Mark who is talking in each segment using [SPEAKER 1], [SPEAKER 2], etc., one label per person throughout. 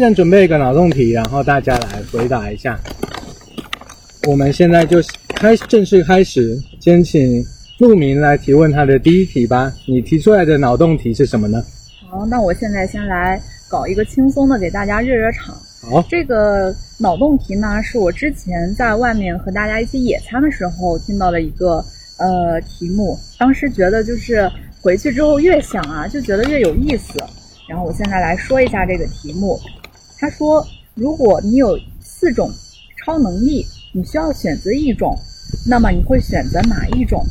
[SPEAKER 1] 现在准备一个脑洞题，然后大家来回答一下。我们现在就开正式开始，先请陆明来提问他的第一题吧。你提出来的脑洞题是什么呢？
[SPEAKER 2] 好，那我现在先来搞一个轻松的，给大家热热场。
[SPEAKER 1] 好，
[SPEAKER 2] 这个脑洞题呢，是我之前在外面和大家一起野餐的时候听到的一个呃题目，当时觉得就是回去之后越想啊，就觉得越有意思。然后我现在来说一下这个题目，他说，如果你有四种超能力，你需要选择一种，那么你会选择哪一种？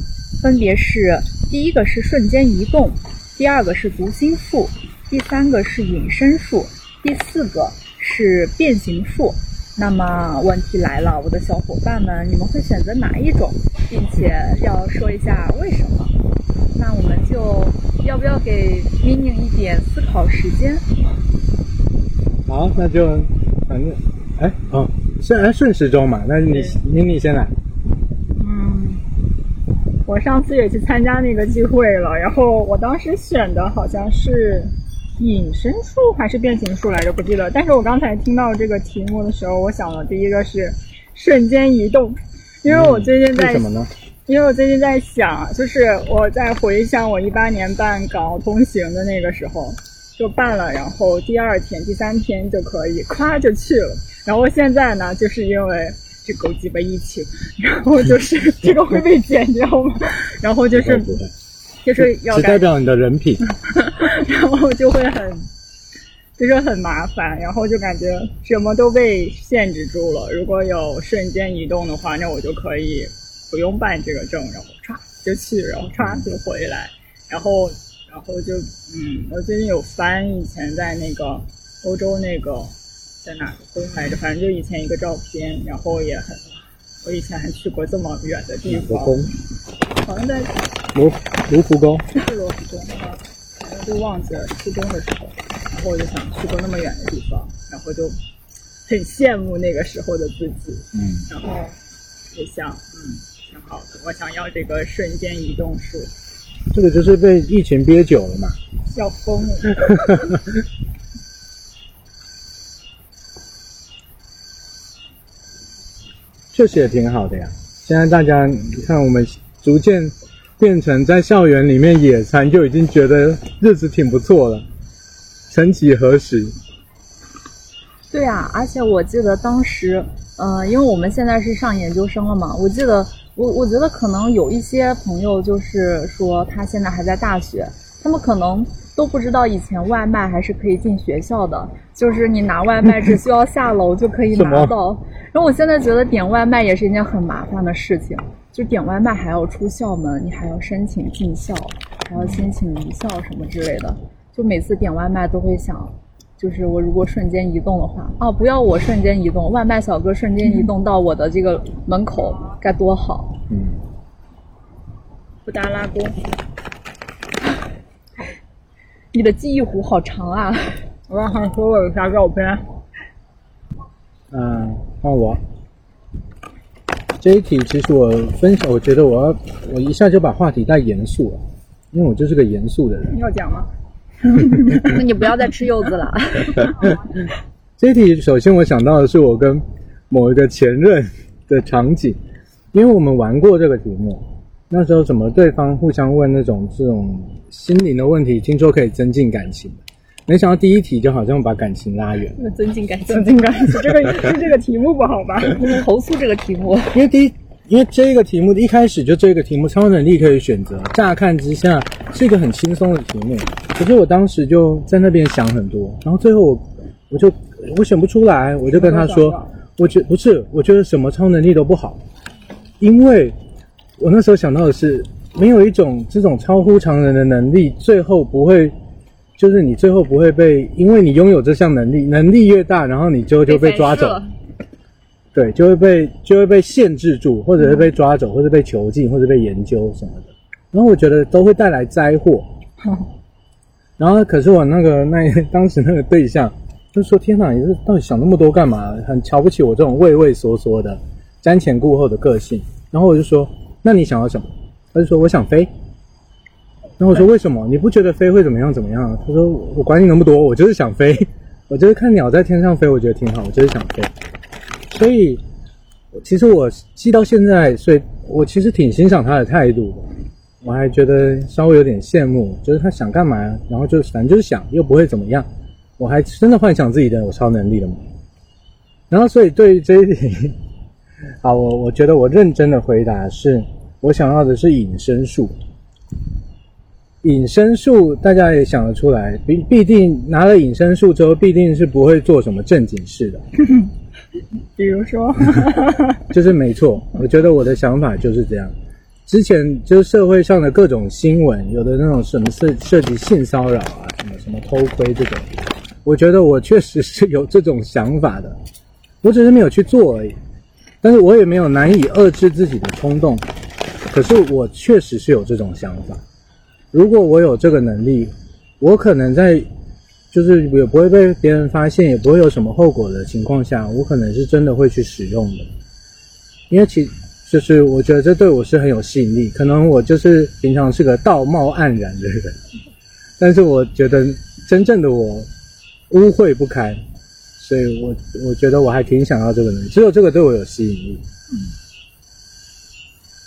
[SPEAKER 2] 分别是第一个是瞬间移动，第二个是读心术，第三个是隐身术，第四个是变形术。那么问题来了，我的小伙伴们，你们会选择哪一种，并且要说一下为什么？那我们就要不要给 Minion 一点思考时间？
[SPEAKER 1] 好，那就反正，哎，哦，顺哎顺时钟嘛，那你你你先来。
[SPEAKER 2] 嗯，我上次也去参加那个聚会了，然后我当时选的好像是隐身术还是变形术来着，不记得。但是我刚才听到这个题目的时候，我想的第一个是瞬间移动，因为我最近
[SPEAKER 1] 为
[SPEAKER 2] 在、
[SPEAKER 1] 什么呢？
[SPEAKER 2] 因为我最近在想，就是我在回想我一八年办港澳通行的那个时候，就办了，然后第二天、第三天就可以咵就去了。然后现在呢，就是因为这狗鸡巴疫情，然后就是这个会被剪掉吗？然后就
[SPEAKER 1] 不会
[SPEAKER 2] 是
[SPEAKER 1] 不会
[SPEAKER 2] 就是要
[SPEAKER 1] 只代
[SPEAKER 2] 改，
[SPEAKER 1] 表你的人品。
[SPEAKER 2] 然后就会很就是很麻烦，然后就感觉什么都被限制住了。如果有瞬间移动的话，那我就可以不用办这个证，然后歘就去，然后歘就回来，然后然后就嗯，我最近有翻以前在那个欧洲那个在哪个地方来着，反正就以前一个照片，然后也很。我以前还去过这么远的地
[SPEAKER 1] 卢浮
[SPEAKER 2] 方，
[SPEAKER 1] 宫，
[SPEAKER 2] 好像在
[SPEAKER 1] 卢卢浮宫，
[SPEAKER 2] 是罗浮宫啊，反正就忘记了初中的时候，然后我就想去过那么远的地方，然后就很羡慕那个时候的自己，
[SPEAKER 1] 嗯，
[SPEAKER 2] 然后就想，嗯，挺好的，我想要这个瞬间移动术，
[SPEAKER 1] 这个就是被疫情憋久了嘛。
[SPEAKER 2] 要疯了。
[SPEAKER 1] 确实也挺好的呀。现在大家你看，我们逐渐变成在校园里面野餐，就已经觉得日子挺不错了。曾几何时，
[SPEAKER 2] 对啊，而且我记得当时，呃，因为我们现在是上研究生了嘛，我记得我我觉得可能有一些朋友就是说他现在还在大学，他们可能都不知道以前外卖还是可以进学校的，就是你拿外卖只需要下楼就可以
[SPEAKER 1] 什么
[SPEAKER 2] 拿到。然后我现在觉得点外卖也是一件很麻烦的事情，就点外卖还要出校门，你还要申请进校，还要申请离校啊什么之类的。就每次点外卖都会想，就是我如果瞬间移动的话，啊，不要我瞬间移动，外卖小哥瞬间移动到我的这个门口，该多好！
[SPEAKER 1] 嗯，
[SPEAKER 2] 布达拉宫，你的记忆弧好长啊！
[SPEAKER 3] 我刚想说我有啥照片，
[SPEAKER 1] 嗯，换我。这一题其实我分享，我觉得我要我一下就把话题带严肃了，因为我就是个严肃的人。
[SPEAKER 3] 你要讲吗？
[SPEAKER 2] 那 你不要再吃柚子 了。
[SPEAKER 1] 这一题首先我想到的是我跟某一个前任的场景，因为我们玩过这个题目，那时候怎么对方互相问那种这种心灵的问题，听说可以增进感情，没想到第一题就好像把感情拉远，
[SPEAKER 2] 那尊敬感
[SPEAKER 3] 增
[SPEAKER 2] 情，
[SPEAKER 3] 进感情，这个是这个题目不 好吧？
[SPEAKER 2] 我们投诉这个题目。
[SPEAKER 1] 因为第一。因为这个题目一开始就这个题目，超能力可以选择。乍看之下是一个很轻松的题目，可是我当时就在那边想很多，然后最后我我就我选不出来，我就跟他说，我觉不是，我觉得什么超能力都不好，因为我那时候想到的是，没有一种这种超乎常人的能力，最后不会，就是你最后不会被，因为你拥有这项能力，能力越大，然后你就就被抓走，对，就会被就会被限制住，或者是被抓走，或者被囚禁，或者被研究什么的。然后我觉得都会带来灾祸。然后可是我那个那当时那个对象就说：“天哪，你这到底想那么多干嘛？很瞧不起我这种畏畏缩缩的、瞻前顾后的个性。”然后我就说：“那你想要什么？”他就说：“我想飞。”然后我说：“为什么？你不觉得飞会怎么样怎么样啊？”他说：“我管你那么多，我就是想飞。” 我就是看鸟在天上飞，我觉得挺好，我就是想飞。所以，其实我记到现在，所以我其实挺欣赏他的态度的。我还觉得稍微有点羡慕，就是他想干嘛，然后就反正就是想，又不会怎么样。我还真的幻想自己的有超能力了嘛。然后，所以对于这一题，好，我我觉得我认真的回答是，我想要的是隐身术。隐身术大家也想得出来，必必定拿了隐身术之后，必定是不会做什么正经事的，
[SPEAKER 2] 比如说，
[SPEAKER 1] 就是没错。我觉得我的想法就是这样。之前就是社会上的各种新闻，有的那种什么涉涉及性骚扰啊，什么什么偷窥这种，我觉得我确实是有这种想法的，我只是没有去做而已。但是我也没有难以遏制自己的冲动，可是我确实是有这种想法。如果我有这个能力，我可能在就是也不会被别人发现，也不会有什么后果的情况下，我可能是真的会去使用的。因为其就是我觉得这对我是很有吸引力，可能我就是平常是个道貌岸然的人，但是我觉得真正的我污秽不堪，所以我我觉得我还挺想要这个能力，只有这个对我有吸引力。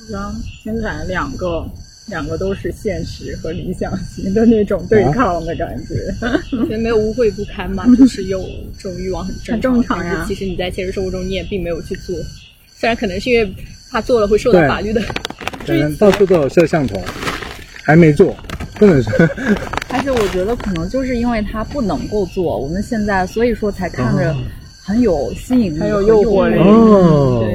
[SPEAKER 2] 我刚听起来两个两个都是现实和理想型的那种对抗的感觉。
[SPEAKER 4] 也没有污秽不堪
[SPEAKER 3] 嗯
[SPEAKER 4] 嘛，就是有这种欲望很正
[SPEAKER 2] 很正常
[SPEAKER 4] 但
[SPEAKER 2] 呀
[SPEAKER 4] 是其实你在现实生活中你也并没有去做，虽然可能是因为怕做了会受到
[SPEAKER 1] 对
[SPEAKER 4] 法律的，
[SPEAKER 1] 可能到处都有摄像头，还没做，不能说。
[SPEAKER 3] 而且我觉得可能就是因为它不能够做，我们现在所以说才看着很有吸引力，
[SPEAKER 2] 很有诱惑力
[SPEAKER 1] 哦，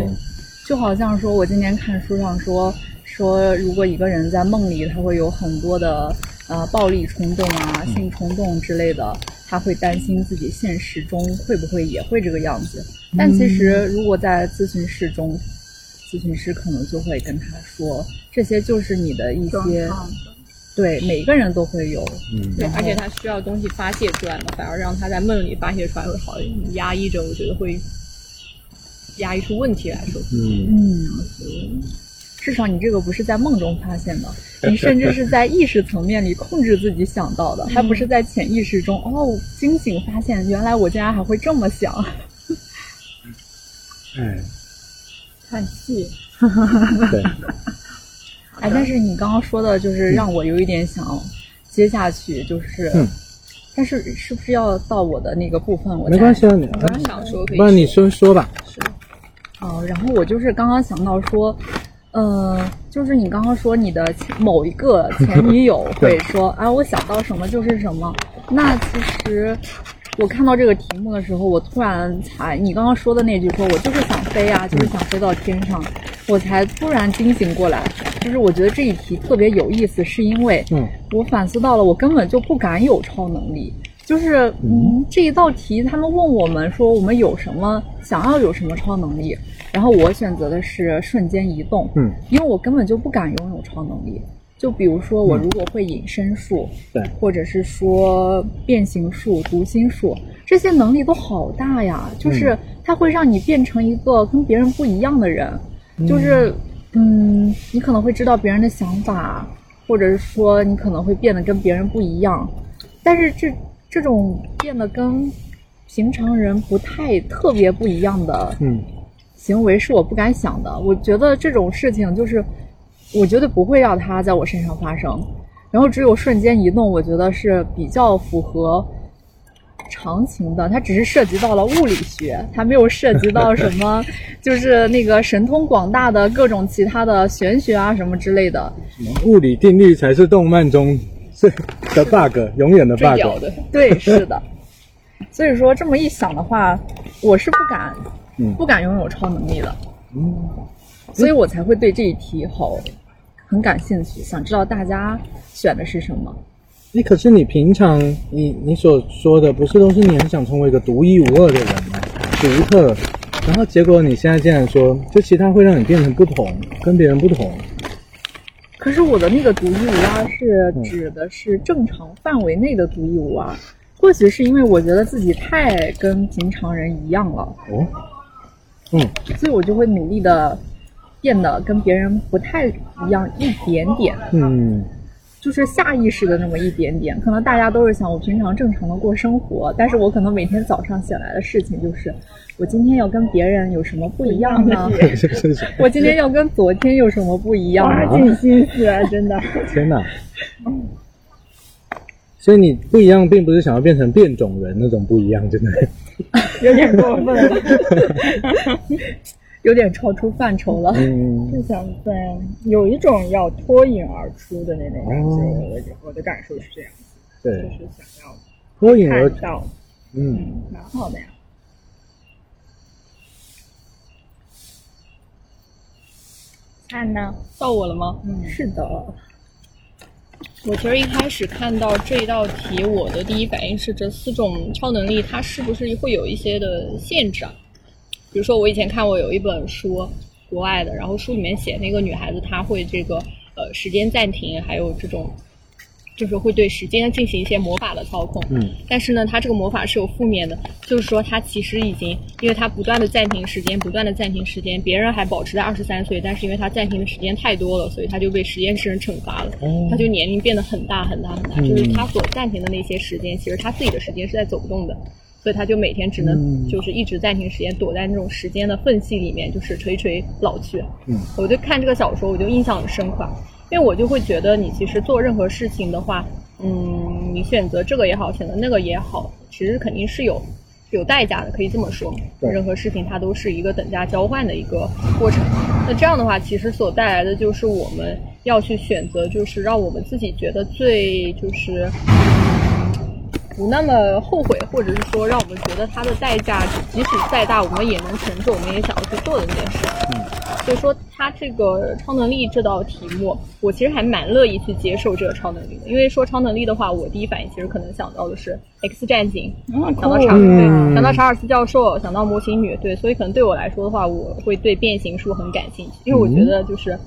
[SPEAKER 3] 就好像说我今天看书上说说，如果一个人在梦里，他会有很多的呃暴力冲动啊、
[SPEAKER 2] 嗯
[SPEAKER 3] 性冲动之类的，他会担心自己现实中会不会也会这个样子。但其实
[SPEAKER 2] 嗯
[SPEAKER 3] 如果在咨询室中，咨询师可能就会跟他说，这些就是你的一
[SPEAKER 2] 状
[SPEAKER 3] 些
[SPEAKER 2] 况
[SPEAKER 3] 对每个人都会有，
[SPEAKER 1] 嗯，
[SPEAKER 4] 对，而且他需要东西发泄出来嘛，反而让他在梦里发泄出来会好一点，压抑着我觉得会压抑出问题来说。
[SPEAKER 1] 嗯，
[SPEAKER 3] 嗯，至少你这个不是在梦中发现的，你甚至是在意识层面里控制自己想到的，还不是在潜意识中哦，惊醒发现原来我竟然还会这么想。
[SPEAKER 1] 哎，
[SPEAKER 2] 看戏，
[SPEAKER 1] 对，
[SPEAKER 3] 哎，但是你刚刚说的就是让我有一点想接下去，就是，
[SPEAKER 1] 嗯
[SPEAKER 3] 但是是不是要到我的那个部分我才
[SPEAKER 1] 没关系啊，你
[SPEAKER 4] 我刚想说可以
[SPEAKER 1] 不然你先说吧。
[SPEAKER 3] 哦，然后我就是刚刚想到说，呃，就是你刚刚说你的前某一个前女友
[SPEAKER 1] 对
[SPEAKER 3] 会说啊，我想到什么就是什么。那其实我看到这个题目的时候，我突然才你刚刚说的那句说，我就是想飞啊，
[SPEAKER 1] 嗯
[SPEAKER 3] 就是想飞到天上，我才突然惊醒过来。就是我觉得这一题特别有意思，是因为
[SPEAKER 1] 嗯，
[SPEAKER 3] 我反思到了，我根本就不敢有超能力。就是，
[SPEAKER 1] 嗯
[SPEAKER 3] 嗯，这一道题他们问我们说我们有什么想要有什么超能力，然后我选择的是瞬间移动，
[SPEAKER 1] 嗯，
[SPEAKER 3] 因为我根本就不敢拥有超能力。就比如说
[SPEAKER 4] 嗯
[SPEAKER 3] 我如果会隐身术，
[SPEAKER 1] 对
[SPEAKER 3] 或者是说变形术、读心术，这些能力都好大呀，就是它会让你变成一个跟别人不一样的人，就是嗯，你可能会知道别人的想法，或者是说你可能会变得跟别人不一样，但是这这种变得跟平常人不太特别不一样的
[SPEAKER 1] 嗯，
[SPEAKER 3] 行为是我不敢想的。我觉得这种事情就是，我绝对不会让它在我身上发生。然后只有瞬间移动，我觉得是比较符合常情的。它只是涉及到了物理学，它没有涉及到什么，就是那个神通广大的各种其他的玄学啊什么之类的。
[SPEAKER 1] 物理定律才是动漫中最的 bug，永远的
[SPEAKER 4] 最屌
[SPEAKER 1] bug。
[SPEAKER 4] 的，
[SPEAKER 3] 对，是的。所以说这么一想的话，我是不敢
[SPEAKER 1] 嗯，
[SPEAKER 3] 不敢拥有超能力的。
[SPEAKER 1] 嗯
[SPEAKER 3] 所以我才会对这一题好很感兴趣，想知道大家选的是什么。
[SPEAKER 1] 哎，可是你平常你你所说的不是都是你很想成为一个独一无二的人吗？独特，然后结果你现在竟然说，就其他会让你变成不同，跟别人不同。
[SPEAKER 3] 可是我的那个独一无二是
[SPEAKER 4] 嗯
[SPEAKER 3] 指的是正常范围内的独一无二，或许是因为我觉得自己太跟平常人一样了，
[SPEAKER 1] 哦，嗯，
[SPEAKER 3] 所以我就会努力
[SPEAKER 4] 嗯
[SPEAKER 3] 的变得跟别人不太一样一点点。
[SPEAKER 1] 嗯，
[SPEAKER 3] 就是下意识的那么一点点。可能大家都是想我平常正常的过生活，但是我可能每天早上醒来的事情就是，我今天要跟别人有什么不一样呢？
[SPEAKER 1] 是是是，
[SPEAKER 3] 我今天要跟昨天有什么不一样
[SPEAKER 2] 花
[SPEAKER 3] 呢？
[SPEAKER 2] 尽心思啊，真的。
[SPEAKER 1] 天哪！嗯所以你不一样，并不是想要变成变种人那种不一样，真的。
[SPEAKER 2] 有点过分了，
[SPEAKER 3] 有点超出范畴了。
[SPEAKER 1] 嗯，
[SPEAKER 2] 是想在有一种要脱颖而出的那种感觉，
[SPEAKER 1] 哦
[SPEAKER 2] 我的我的感受是这样，就
[SPEAKER 4] 嗯
[SPEAKER 1] 对，
[SPEAKER 2] 是想要
[SPEAKER 1] 脱颖而
[SPEAKER 2] 看
[SPEAKER 1] 出，
[SPEAKER 2] 到，
[SPEAKER 1] 嗯，
[SPEAKER 2] 嗯，蛮好的呀。看呢，
[SPEAKER 4] 到我了吗？
[SPEAKER 2] 嗯，
[SPEAKER 3] 是的，
[SPEAKER 4] 我其实一开始看到这道题，我的第一反应是这四种超能力它是不是会有一些的限制啊？比如说我以前看过有一本书，国外的，然后书里面写那个女孩子她会这个呃时间暂停，还有这种就是会对时间进行一些魔法的操控。
[SPEAKER 1] 嗯，
[SPEAKER 4] 但是呢，它这个魔法是有负面的，就是说它其实已经，因为它不断的暂停时间，不断的暂停时间，别人还保持在二十三岁，但是因为它暂停的时间太多了，所以它就被实验室人惩罚了。
[SPEAKER 1] 哦
[SPEAKER 4] 他就年龄变得很大很大很大，
[SPEAKER 1] 嗯
[SPEAKER 4] 就是他所暂停的那些时间，其实他自己的时间是在走不动的，所以他就每天只能
[SPEAKER 1] 嗯
[SPEAKER 4] 就是一直暂停时间，躲在那种时间的缝隙里面，就是垂垂老去。
[SPEAKER 1] 嗯，
[SPEAKER 4] 我就看这个小说，我就印象很深刻，因为我就会觉得你其实做任何事情的话，嗯，你选择这个也好，选择那个也好，其实肯定是有。有代价的，可以这么说。
[SPEAKER 1] 对
[SPEAKER 4] 任何事情它都是一个等价交换的一个过程。那这样的话，其实所带来的就是我们要去选择，就是让我们自己觉得最就是不那么后悔，或者是说让我们觉得它的代价即使再大，我们也能承受，我们也想要去做的那件事。嗯，所以说它这个超能力这道题目，我其实还蛮乐意去接受这个超能力的，因为说超能力的话，我第一反应其实可能想到的是《X 战警》，
[SPEAKER 2] 啊，
[SPEAKER 4] 想到
[SPEAKER 2] 酷
[SPEAKER 4] 查、
[SPEAKER 1] 嗯
[SPEAKER 4] 对，想到查尔斯教授，想到模型女，对，所以可能对我来说的话，我会对变形术很感兴趣，因为我觉得就是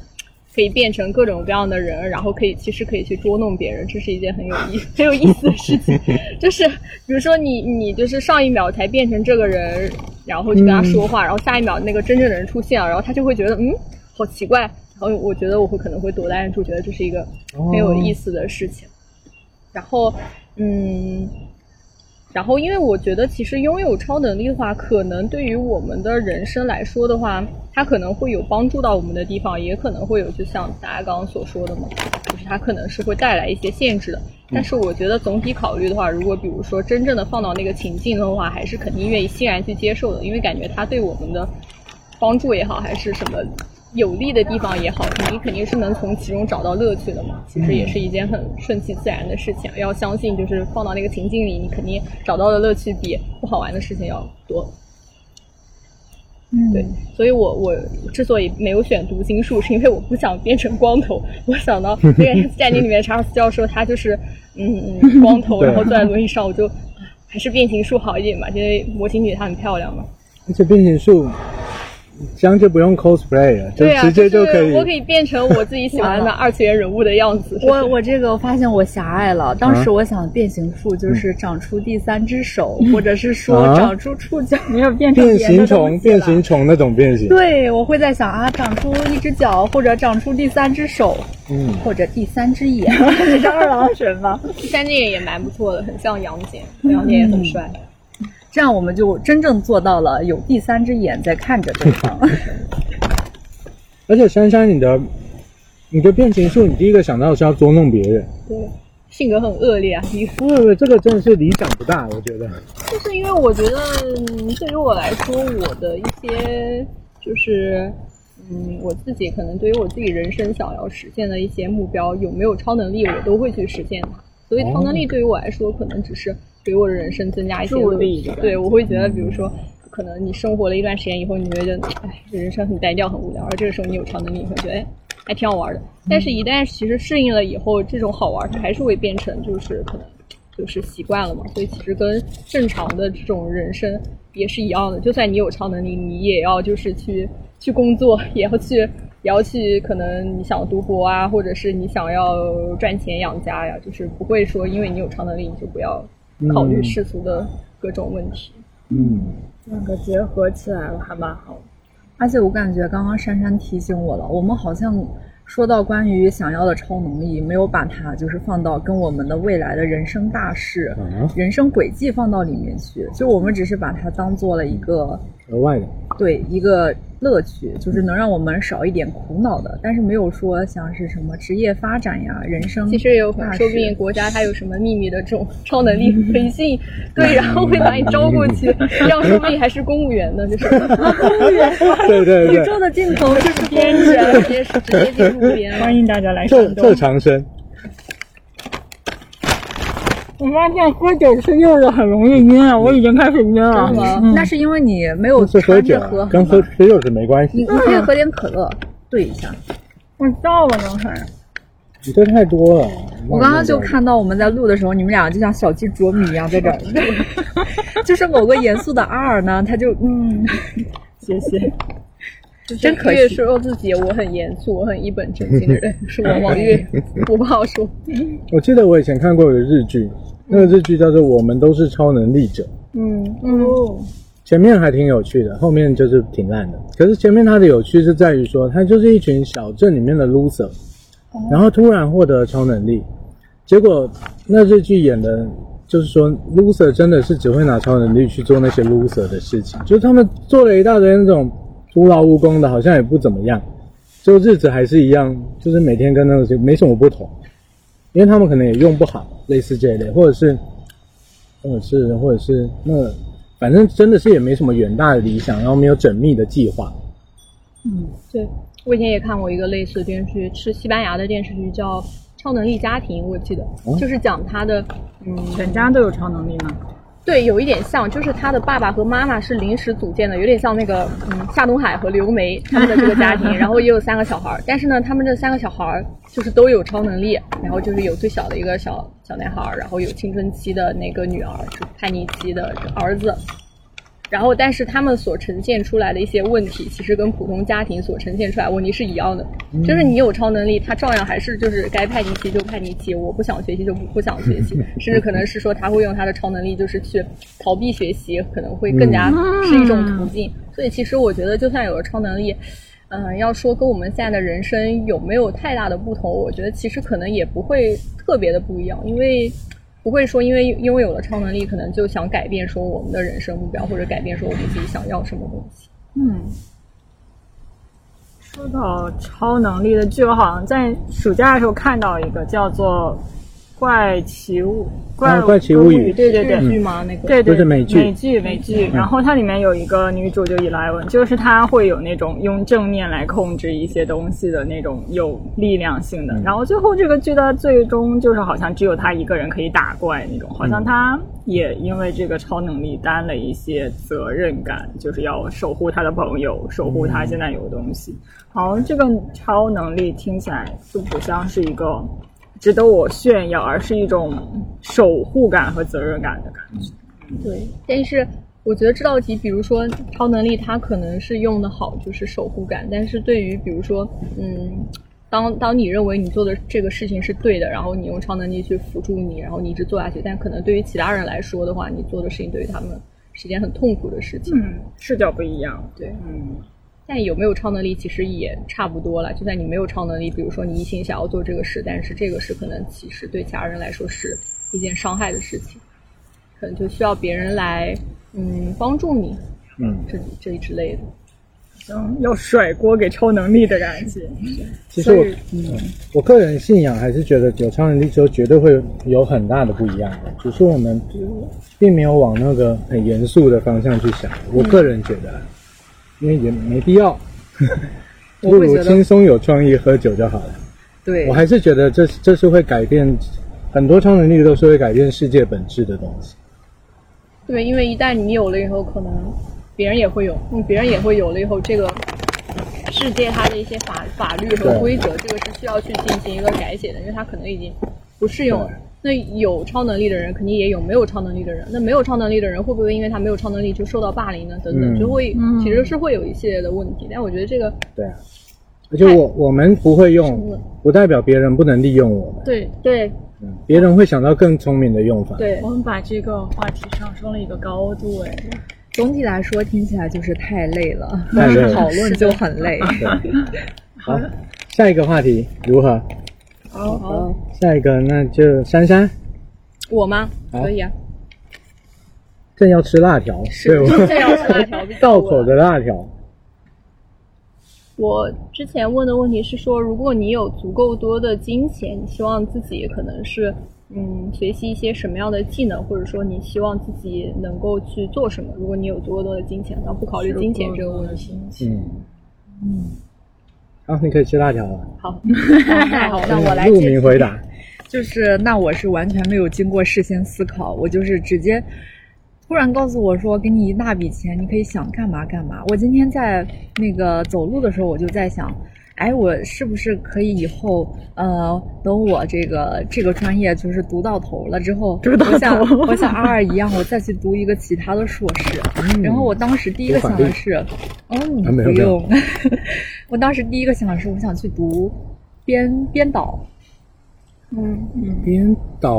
[SPEAKER 4] 可以变成各种各样的人，然后可以其实可以去捉弄别人，这是一件很有意 很有意思的事情。就是比如说你你就是上一秒才变成这个人，然后去跟他说话，然后下一秒那个真正的人出现了，然后他就会觉得嗯，好奇怪，然后我觉得我会可能会躲在暗处，觉得这是一个很有意
[SPEAKER 1] 思。
[SPEAKER 4] 思的事情。然后，嗯，然后因为我觉得其实拥有超能力的话，可能对于我们的人生来说的话，它可能会有帮助到我们的地方，也可能会有就像大家刚刚所说的嘛，就是它可能是会带来一些限制的。但是我觉得总体考虑的话，如果比如说真正的放到那个情境的话，还是肯定愿意欣然去接受的，因为感觉它对我们的帮助也好，还是什么有利的地方也好，你肯定是能从其中找到乐趣的嘛。其实也是一件很顺其自然的事情，要相信就是放到那个情境里，你肯定找到的乐趣比不好玩的事情要多。
[SPEAKER 3] 嗯
[SPEAKER 4] 对，所以我我之所以没有选读心术，是因为我不想变成光头。我想到那个 X 战警里面查尔斯教授，他就是嗯嗯光头，
[SPEAKER 1] 对
[SPEAKER 4] 然后坐在轮椅上，我就啊还是变形术好一点吧，因为模型女她很漂亮嘛。
[SPEAKER 1] 而且变形术，这样就不用 cosplay 了，就
[SPEAKER 4] 对啊，
[SPEAKER 1] 直接
[SPEAKER 4] 就
[SPEAKER 1] 可
[SPEAKER 4] 是我可
[SPEAKER 1] 以。
[SPEAKER 4] 以变成我自己喜欢
[SPEAKER 3] 完
[SPEAKER 4] 的
[SPEAKER 3] 了
[SPEAKER 4] 二次元人物的样子。
[SPEAKER 3] 我我这个发现我狭隘了。当
[SPEAKER 1] 啊
[SPEAKER 3] 时我想变形术就是长出第三只手，或者是说
[SPEAKER 1] 嗯啊
[SPEAKER 3] 长出触角，
[SPEAKER 2] 没有变成
[SPEAKER 1] 变
[SPEAKER 2] 别的
[SPEAKER 1] 形
[SPEAKER 2] 东
[SPEAKER 1] 虫，
[SPEAKER 2] 西
[SPEAKER 1] 变
[SPEAKER 2] 了
[SPEAKER 1] 形虫那种变形，
[SPEAKER 3] 对我会在想啊，长出一只脚，或者长出第三只手，
[SPEAKER 1] 嗯，
[SPEAKER 3] 或者第三只眼。 你知道二郎神吗？
[SPEAKER 4] 第三件也蛮不错的，很像杨戬，杨戬也很帅。
[SPEAKER 1] 嗯
[SPEAKER 3] 这样我们就真正做到了有第三只眼在看着对方。
[SPEAKER 1] 而且珊珊，你的你的变形术，你第一个想到的是要捉弄别人，
[SPEAKER 4] 对，性格很恶劣啊，一
[SPEAKER 1] 不不不，这个真的是理想不大，我觉得。
[SPEAKER 4] 就是因为我觉得，嗯对于我来说，我的一些就是，嗯，我自己可能对于我自己人生想要实现的一些目标，有没有超能力，我都会去实现它。所以超能力对于我来说，可能只是给我的人生增加一些
[SPEAKER 2] 助
[SPEAKER 4] 乐
[SPEAKER 2] 力
[SPEAKER 4] 趣
[SPEAKER 2] 的嗯
[SPEAKER 4] 对，我会觉得，比如说，可能你生活了一段时间以后，你会觉得，哎，人生很单调，很无聊。而这个时候你有超能力，你会觉得，哎，还挺好玩的。但
[SPEAKER 2] 嗯
[SPEAKER 4] 是，一旦其实适应了以后，这种好玩它还是会变成就是可能就是习惯了嘛。所以其实跟正常的这种人生也是一样的，就算你有超能力，你也要就是去去工作， 也要去。也要去，可能你想读博啊，或者是你想要赚钱养家呀，就是不会说因为你有超能力，你就不要考虑
[SPEAKER 1] 嗯
[SPEAKER 4] 世俗的各种问题。
[SPEAKER 1] 嗯，
[SPEAKER 2] 两个结合起来了，还蛮好的。
[SPEAKER 3] 而且我感觉刚刚珊珊提醒我了，我们好像说到关于想要的超能力，没有把它就是放到跟我们的未来的人生大事、
[SPEAKER 1] 啊，
[SPEAKER 3] 人生轨迹放到里面去，就我们只是把它当做了一个
[SPEAKER 1] 额外的，
[SPEAKER 3] 对一个乐趣，就是能让我们少一点苦恼的，但是没有说像是什么职业发展呀、人生
[SPEAKER 4] 其实也有可能，
[SPEAKER 3] 大事
[SPEAKER 4] 说不定国家它有什么秘密的这种超能力培训，对，然后会把你招过去，这样说不定还是公务员呢，就是
[SPEAKER 1] 对对
[SPEAKER 4] 宇
[SPEAKER 1] 对，
[SPEAKER 4] 宙的尽头就是 边缘，直接直接进入边 了。
[SPEAKER 2] 欢迎大家来
[SPEAKER 1] 特
[SPEAKER 2] 山
[SPEAKER 1] 特
[SPEAKER 2] 东。
[SPEAKER 1] 长生，
[SPEAKER 2] 我发现喝酒吃柚子很容易晕啊，我已经开始晕了
[SPEAKER 4] 真的。吗
[SPEAKER 2] 嗯
[SPEAKER 3] 那是因为你没有
[SPEAKER 1] 是喝
[SPEAKER 3] 掺
[SPEAKER 1] 酒
[SPEAKER 3] 着
[SPEAKER 1] 啊
[SPEAKER 3] 喝，
[SPEAKER 1] 跟喝吃柚子没关
[SPEAKER 3] 你
[SPEAKER 1] 系。
[SPEAKER 3] 你可以喝点可乐兑一下。
[SPEAKER 2] 我知道了，刚才。
[SPEAKER 1] 你喝太多了，
[SPEAKER 3] 我刚刚就看到我们在录的时候，你们俩就像小鸡啄米一样在这儿 录，就是某个严肃的 R 呢，他就嗯，
[SPEAKER 2] 谢谢。
[SPEAKER 3] 真可
[SPEAKER 4] 越
[SPEAKER 3] 惜
[SPEAKER 4] 说自己我很严肃，我很一本正经的人，是我王月，我不好说。
[SPEAKER 1] 我记得我以前看过有个日剧，那个日剧叫做《我们都是超能力者》，
[SPEAKER 4] 嗯嗯，
[SPEAKER 2] 哦，
[SPEAKER 1] 前面还挺有趣的，后面就是挺烂的。可是前面它的有趣是在于说，它就是一群小镇里面的 loser，然后突然获得超能力，结果那日剧演的。就是说，loser 真的是只会拿超能力去做那些 loser 的事情，就是他们做了一大堆那种徒劳无功的，好像也不怎么样，就日子还是一样，就是每天跟那个就没什么不同，因为他们可能也用不好，类似这一类，或者是，或者是，或者是那个，反正真的是也没什么远大的理想，然后没有缜密的计划。
[SPEAKER 4] 对，我以前也看过一个类似的电视剧，是西班牙的电视剧，叫《超能力家庭》，我记得
[SPEAKER 1] 哦
[SPEAKER 4] 就是讲他的嗯，
[SPEAKER 2] 全家都有超能力吗？
[SPEAKER 4] 对，有一点像，就是他的爸爸和妈妈是临时组建的，有点像那个嗯夏东海和刘梅他们的这个家庭，然后也有三个小孩儿，但是呢，他们这三个小孩儿就是都有超能力，然后就是有最小的一个小小男孩儿，然后有青春期的那个女儿，就是叛逆期的儿子。然后，但是他们所呈现出来的一些问题，其实跟普通家庭所呈现出来的问题是一样的，就是你有超能力，他照样还是就是该叛逆期就叛逆期，我不想学习就不不想学习，甚至可能是说他会用他的超能力就是去逃避学习，可能会更加是一种途径。所以其实我觉得，就算有了超能力，嗯、要说跟我们现在的人生有没有太大的不同，我觉得其实可能也不会特别的不一样，因为不会说因为拥有了超能力，可能就想改变说我们的人生目标，或者改变说我们自己想要什么东西。
[SPEAKER 2] 嗯。说到超能力的剧，我好像在暑假的时候看到一个叫做《怪奇物》
[SPEAKER 1] 啊
[SPEAKER 2] 怪
[SPEAKER 1] 怪奇物
[SPEAKER 2] 物
[SPEAKER 1] 语嗯
[SPEAKER 2] 对对对，
[SPEAKER 4] 日剧吗？那个
[SPEAKER 2] 对对，
[SPEAKER 1] 就是美剧嗯
[SPEAKER 2] 美剧，美剧。然后它里面有一个女主就 Eleven，就是她会有那种用正念来控制一些东西的那种有力量性
[SPEAKER 1] 嗯
[SPEAKER 2] 的。然后最后这个剧它最终就是好像只有她一个人可以打怪那种，
[SPEAKER 1] 嗯
[SPEAKER 2] 好像她也因为这个超能力担了一些责任感，就是要守护她的朋友，守护她现在有的东西。
[SPEAKER 1] 嗯
[SPEAKER 2] 好像这个超能力听起来就不像是一个。值得我炫耀，而是一种守护感和责任感的感觉。
[SPEAKER 4] 对，但是我觉得这道题，比如说超能力，它可能是用的好，就是守护感。但是对于比如说，嗯，当当你认为你做的这个事情是对的，然后你用超能力去辅助你，然后你一直做下去，但可能对于其他人来说的话，你做的事情对于他们是一件很痛苦的事情。
[SPEAKER 2] 嗯，视角不一样。
[SPEAKER 4] 对，
[SPEAKER 2] 嗯，
[SPEAKER 4] 但有没有超能力其实也差不多了。就算你没有超能力，比如说你一心想要做这个事，但是这个事可能其实对其他人来说是一件伤害的事情，可能就需要别人来嗯帮助你
[SPEAKER 1] 嗯，
[SPEAKER 4] 这这一之类的。
[SPEAKER 2] 行，嗯要甩锅给超能力的感觉。
[SPEAKER 1] 其实我嗯
[SPEAKER 2] 所以
[SPEAKER 3] 嗯
[SPEAKER 1] 我个人信仰还是觉得有超能力之后绝对会有很大的不一样的，只是我们并没有往那个很严肃的方向去想。我个人觉得啊，因为也没必要， 不
[SPEAKER 3] 我会
[SPEAKER 1] 如
[SPEAKER 3] 觉得
[SPEAKER 1] 轻松有创意喝酒就好了。
[SPEAKER 3] 对
[SPEAKER 1] 我，还是觉得这这是会改变很多超能力都是会改变世界本质的东西。
[SPEAKER 4] 对，因为一旦你有了以后，可能别人也会有，嗯，别人也会有了以后，这个世界它的一些法法律和
[SPEAKER 1] 对
[SPEAKER 4] 规则，这个是需要去进行一个改写的，因为它可能已经不适用了
[SPEAKER 1] 对。
[SPEAKER 4] 那有超能力的人，肯定也有没有超能力的人。那没有超能力的人，会不会因为他没有超能力就受到霸凌呢？等等，
[SPEAKER 1] 嗯
[SPEAKER 4] 就会、
[SPEAKER 2] 嗯
[SPEAKER 4] 其实是会有一系列的问题。但我觉得这个
[SPEAKER 1] 对啊，而且我我们不会
[SPEAKER 4] 是
[SPEAKER 1] 用，不代表别人不能利用我们，
[SPEAKER 4] 对对
[SPEAKER 1] 嗯别人会想到更聪明的用法。
[SPEAKER 4] 对
[SPEAKER 2] 我，们把这个话题上升了一个高度，哎，
[SPEAKER 3] 总体来说听起来就是太累了，
[SPEAKER 1] 太累了
[SPEAKER 3] 讨论就很累。
[SPEAKER 1] 对，好，下一个话题如何？
[SPEAKER 4] 好好，
[SPEAKER 1] 下一个那就珊珊
[SPEAKER 4] 我吗？
[SPEAKER 1] 好
[SPEAKER 4] 可 以啊，
[SPEAKER 1] 正要吃辣条，对我
[SPEAKER 4] 这样是辣条，
[SPEAKER 1] 道口的辣条。
[SPEAKER 4] 我之前问的问题是说，如果你有足够多的金钱，你希望自己可能是嗯学习一些什么样的技能，或者说你希望自己能够去做什么？如果你有足够多的金钱，然后不考虑金钱这个问题。
[SPEAKER 1] 嗯嗯，好，你可以吃辣条了。
[SPEAKER 4] 好，
[SPEAKER 3] 太好了，那我来嗯
[SPEAKER 1] 陆
[SPEAKER 3] 接
[SPEAKER 1] 明回答。
[SPEAKER 3] 就是那我是完全没有经过事先思考，我就是直接突然告诉我说，给你一大笔钱，你可以想干嘛干嘛。我今天在那个走路的时候，我就在想。哎，我是不是可以以后，呃，等我这个这个专业就是读到头了之后，
[SPEAKER 2] 读到头
[SPEAKER 3] 我像我像二二一样，我再去读一个其他的硕士。
[SPEAKER 1] 嗯
[SPEAKER 3] 然后我当时第一个想的是，嗯，
[SPEAKER 1] 啊没有没
[SPEAKER 3] 不
[SPEAKER 1] 有
[SPEAKER 3] 用。 我当时第一个想的是，我想去读编编导，
[SPEAKER 4] 嗯嗯，
[SPEAKER 1] 编导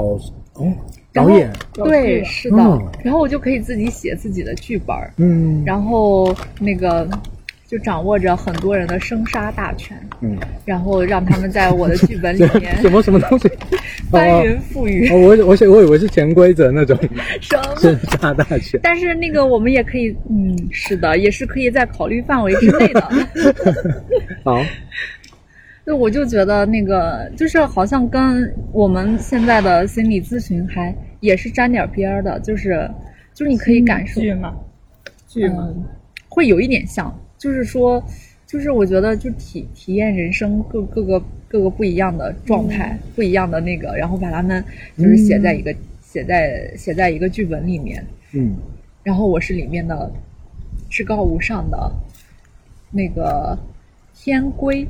[SPEAKER 1] 哦，
[SPEAKER 3] 然
[SPEAKER 1] 导
[SPEAKER 3] 后
[SPEAKER 1] 演，
[SPEAKER 3] 对，是的。
[SPEAKER 1] 哦
[SPEAKER 3] 然后我就可以自己写自己的剧本儿，
[SPEAKER 1] 嗯，
[SPEAKER 3] 然后那个就掌握着很多人的生杀大权，
[SPEAKER 1] 嗯，
[SPEAKER 3] 然后让他们在我的剧本里面
[SPEAKER 1] 什么什么东西？
[SPEAKER 3] 翻云覆雨。
[SPEAKER 1] 哦，我我我以为是潜规则 那种，
[SPEAKER 3] 什么
[SPEAKER 1] 是大大学。
[SPEAKER 3] 但是那个我们也可以，嗯，是的，也是可以在考虑范围之内的。
[SPEAKER 1] 好，
[SPEAKER 3] 对，我就觉得那个就是好像跟我们现在的心理咨询还也是沾点边儿的，就是就是你可以感受
[SPEAKER 2] 剧嘛，剧嘛，
[SPEAKER 3] 嗯，会有一点像，就是说，就是我觉得就体体验人生各各个各个不一样的状态，不一样的那个，然后把它们就是写在一个、写在写在一个剧本里面，
[SPEAKER 1] 嗯，
[SPEAKER 3] 然后我是里面的至高无上的那个天规，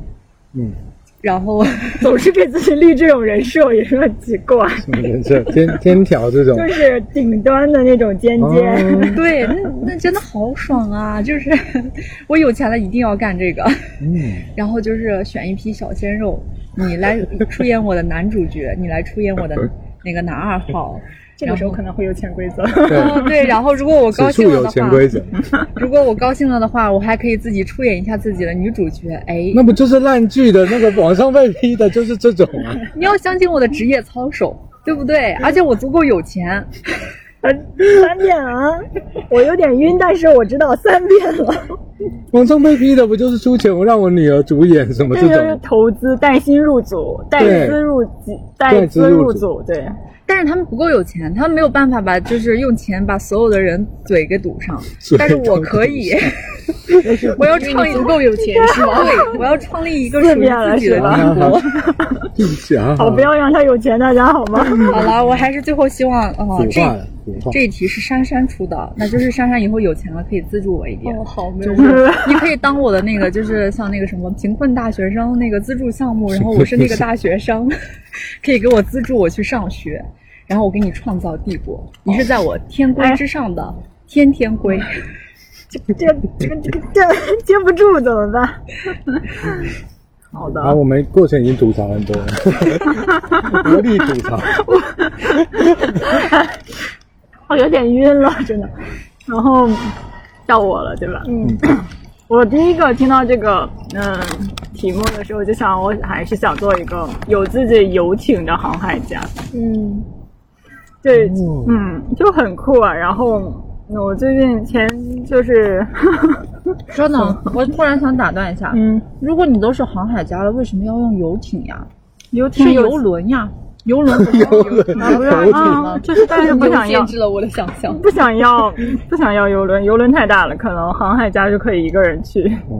[SPEAKER 1] 嗯，
[SPEAKER 3] 然后
[SPEAKER 2] 总是给自己立这种人设，也是很奇怪，
[SPEAKER 1] 什么人设？天天条这种，
[SPEAKER 2] 就是顶端的那种尖
[SPEAKER 1] 哦
[SPEAKER 2] 尖。
[SPEAKER 3] 对，那那真的好爽啊！就是 我有钱了一定要干这个。
[SPEAKER 1] 嗯，
[SPEAKER 3] 然后就是选一批小鲜肉，你来出演我的男主 角，你来出演我的那个男二号。
[SPEAKER 2] 这个时候可能会有潜规则，
[SPEAKER 1] 对，
[SPEAKER 3] 嗯， 对。然后如果我高
[SPEAKER 1] 此
[SPEAKER 3] 兴
[SPEAKER 1] 处
[SPEAKER 3] 了
[SPEAKER 1] 有
[SPEAKER 3] 的
[SPEAKER 1] 潜
[SPEAKER 3] 话，
[SPEAKER 1] 规则，
[SPEAKER 3] 如果我高兴了的话，我还可以自己出演一下自己的女主角。哎，
[SPEAKER 1] 那不就是烂剧的那个网上被批的，就是这种 啊。
[SPEAKER 3] 你要相信我的职业操守，对不对？而且我足够有钱。
[SPEAKER 2] 呃三遍啊，我有点晕，但是我知道三遍了。
[SPEAKER 1] 网上被批的不就是出钱让我女儿主演什么
[SPEAKER 2] 这
[SPEAKER 1] 这
[SPEAKER 2] 就是
[SPEAKER 1] 种？
[SPEAKER 2] 投资带薪入组，带资入集，带资入组，嗯对，
[SPEAKER 3] 但是他们不够有钱，他们没有办法把就是用钱把所有的人嘴给堵上
[SPEAKER 1] 嘴。
[SPEAKER 3] 但是
[SPEAKER 1] 都
[SPEAKER 3] 我
[SPEAKER 1] 堵
[SPEAKER 3] 可 以，我要创
[SPEAKER 4] 你
[SPEAKER 3] 立
[SPEAKER 4] 足够有钱是吗？
[SPEAKER 3] 对，我要创立一个
[SPEAKER 2] 四
[SPEAKER 3] 属于
[SPEAKER 2] 遍了
[SPEAKER 3] 自己的
[SPEAKER 2] 是吧
[SPEAKER 3] 帝
[SPEAKER 1] 好
[SPEAKER 3] 国。
[SPEAKER 1] 好，闭嘴啊！
[SPEAKER 2] 好，不要让他有钱，大家好吗？
[SPEAKER 3] 好了，我还是最后希望
[SPEAKER 1] 腐
[SPEAKER 3] 啊、这
[SPEAKER 1] 化了，腐化。
[SPEAKER 3] 这一题是珊珊出的，那就是珊珊以后有钱了可以资助我一点。
[SPEAKER 4] 哦，好，没
[SPEAKER 3] 就
[SPEAKER 4] 有
[SPEAKER 3] 是你可以当我的那个，就是像那个什么贫困大学生那个资助项目，然后我是那个大学生， 可以给我资助我去上学，然后我给你创造帝国。你是在我天规之上的天天规，
[SPEAKER 2] 这个这个这个这个接不住怎么办？好的，
[SPEAKER 1] 啊，我们过程已经吐槽很多了，无力吐 槽。
[SPEAKER 2] 我哦有点晕了，真的。然后到我了，对吧？嗯。我第一个听到这个嗯题目的时候，就想我还是想做一个有自己游艇的航海家。
[SPEAKER 4] 嗯，
[SPEAKER 2] 对，
[SPEAKER 1] 哦
[SPEAKER 2] 嗯，就很酷啊。然后我最近前就是，
[SPEAKER 3] 稍等，我突然想打断一下，
[SPEAKER 2] 嗯，
[SPEAKER 3] 如果你都是航海家了，为什么要用游艇呀？
[SPEAKER 2] 游艇有
[SPEAKER 3] 轮呀，嗯游 轮不是
[SPEAKER 1] 游轮
[SPEAKER 2] 啊，不是
[SPEAKER 1] 游艇
[SPEAKER 2] 啊，就是但是不想要
[SPEAKER 4] 限，制了我的想象。
[SPEAKER 2] 不想要， 不想要游轮，游轮太大了，可能航海家就可以一个人去。
[SPEAKER 1] 哦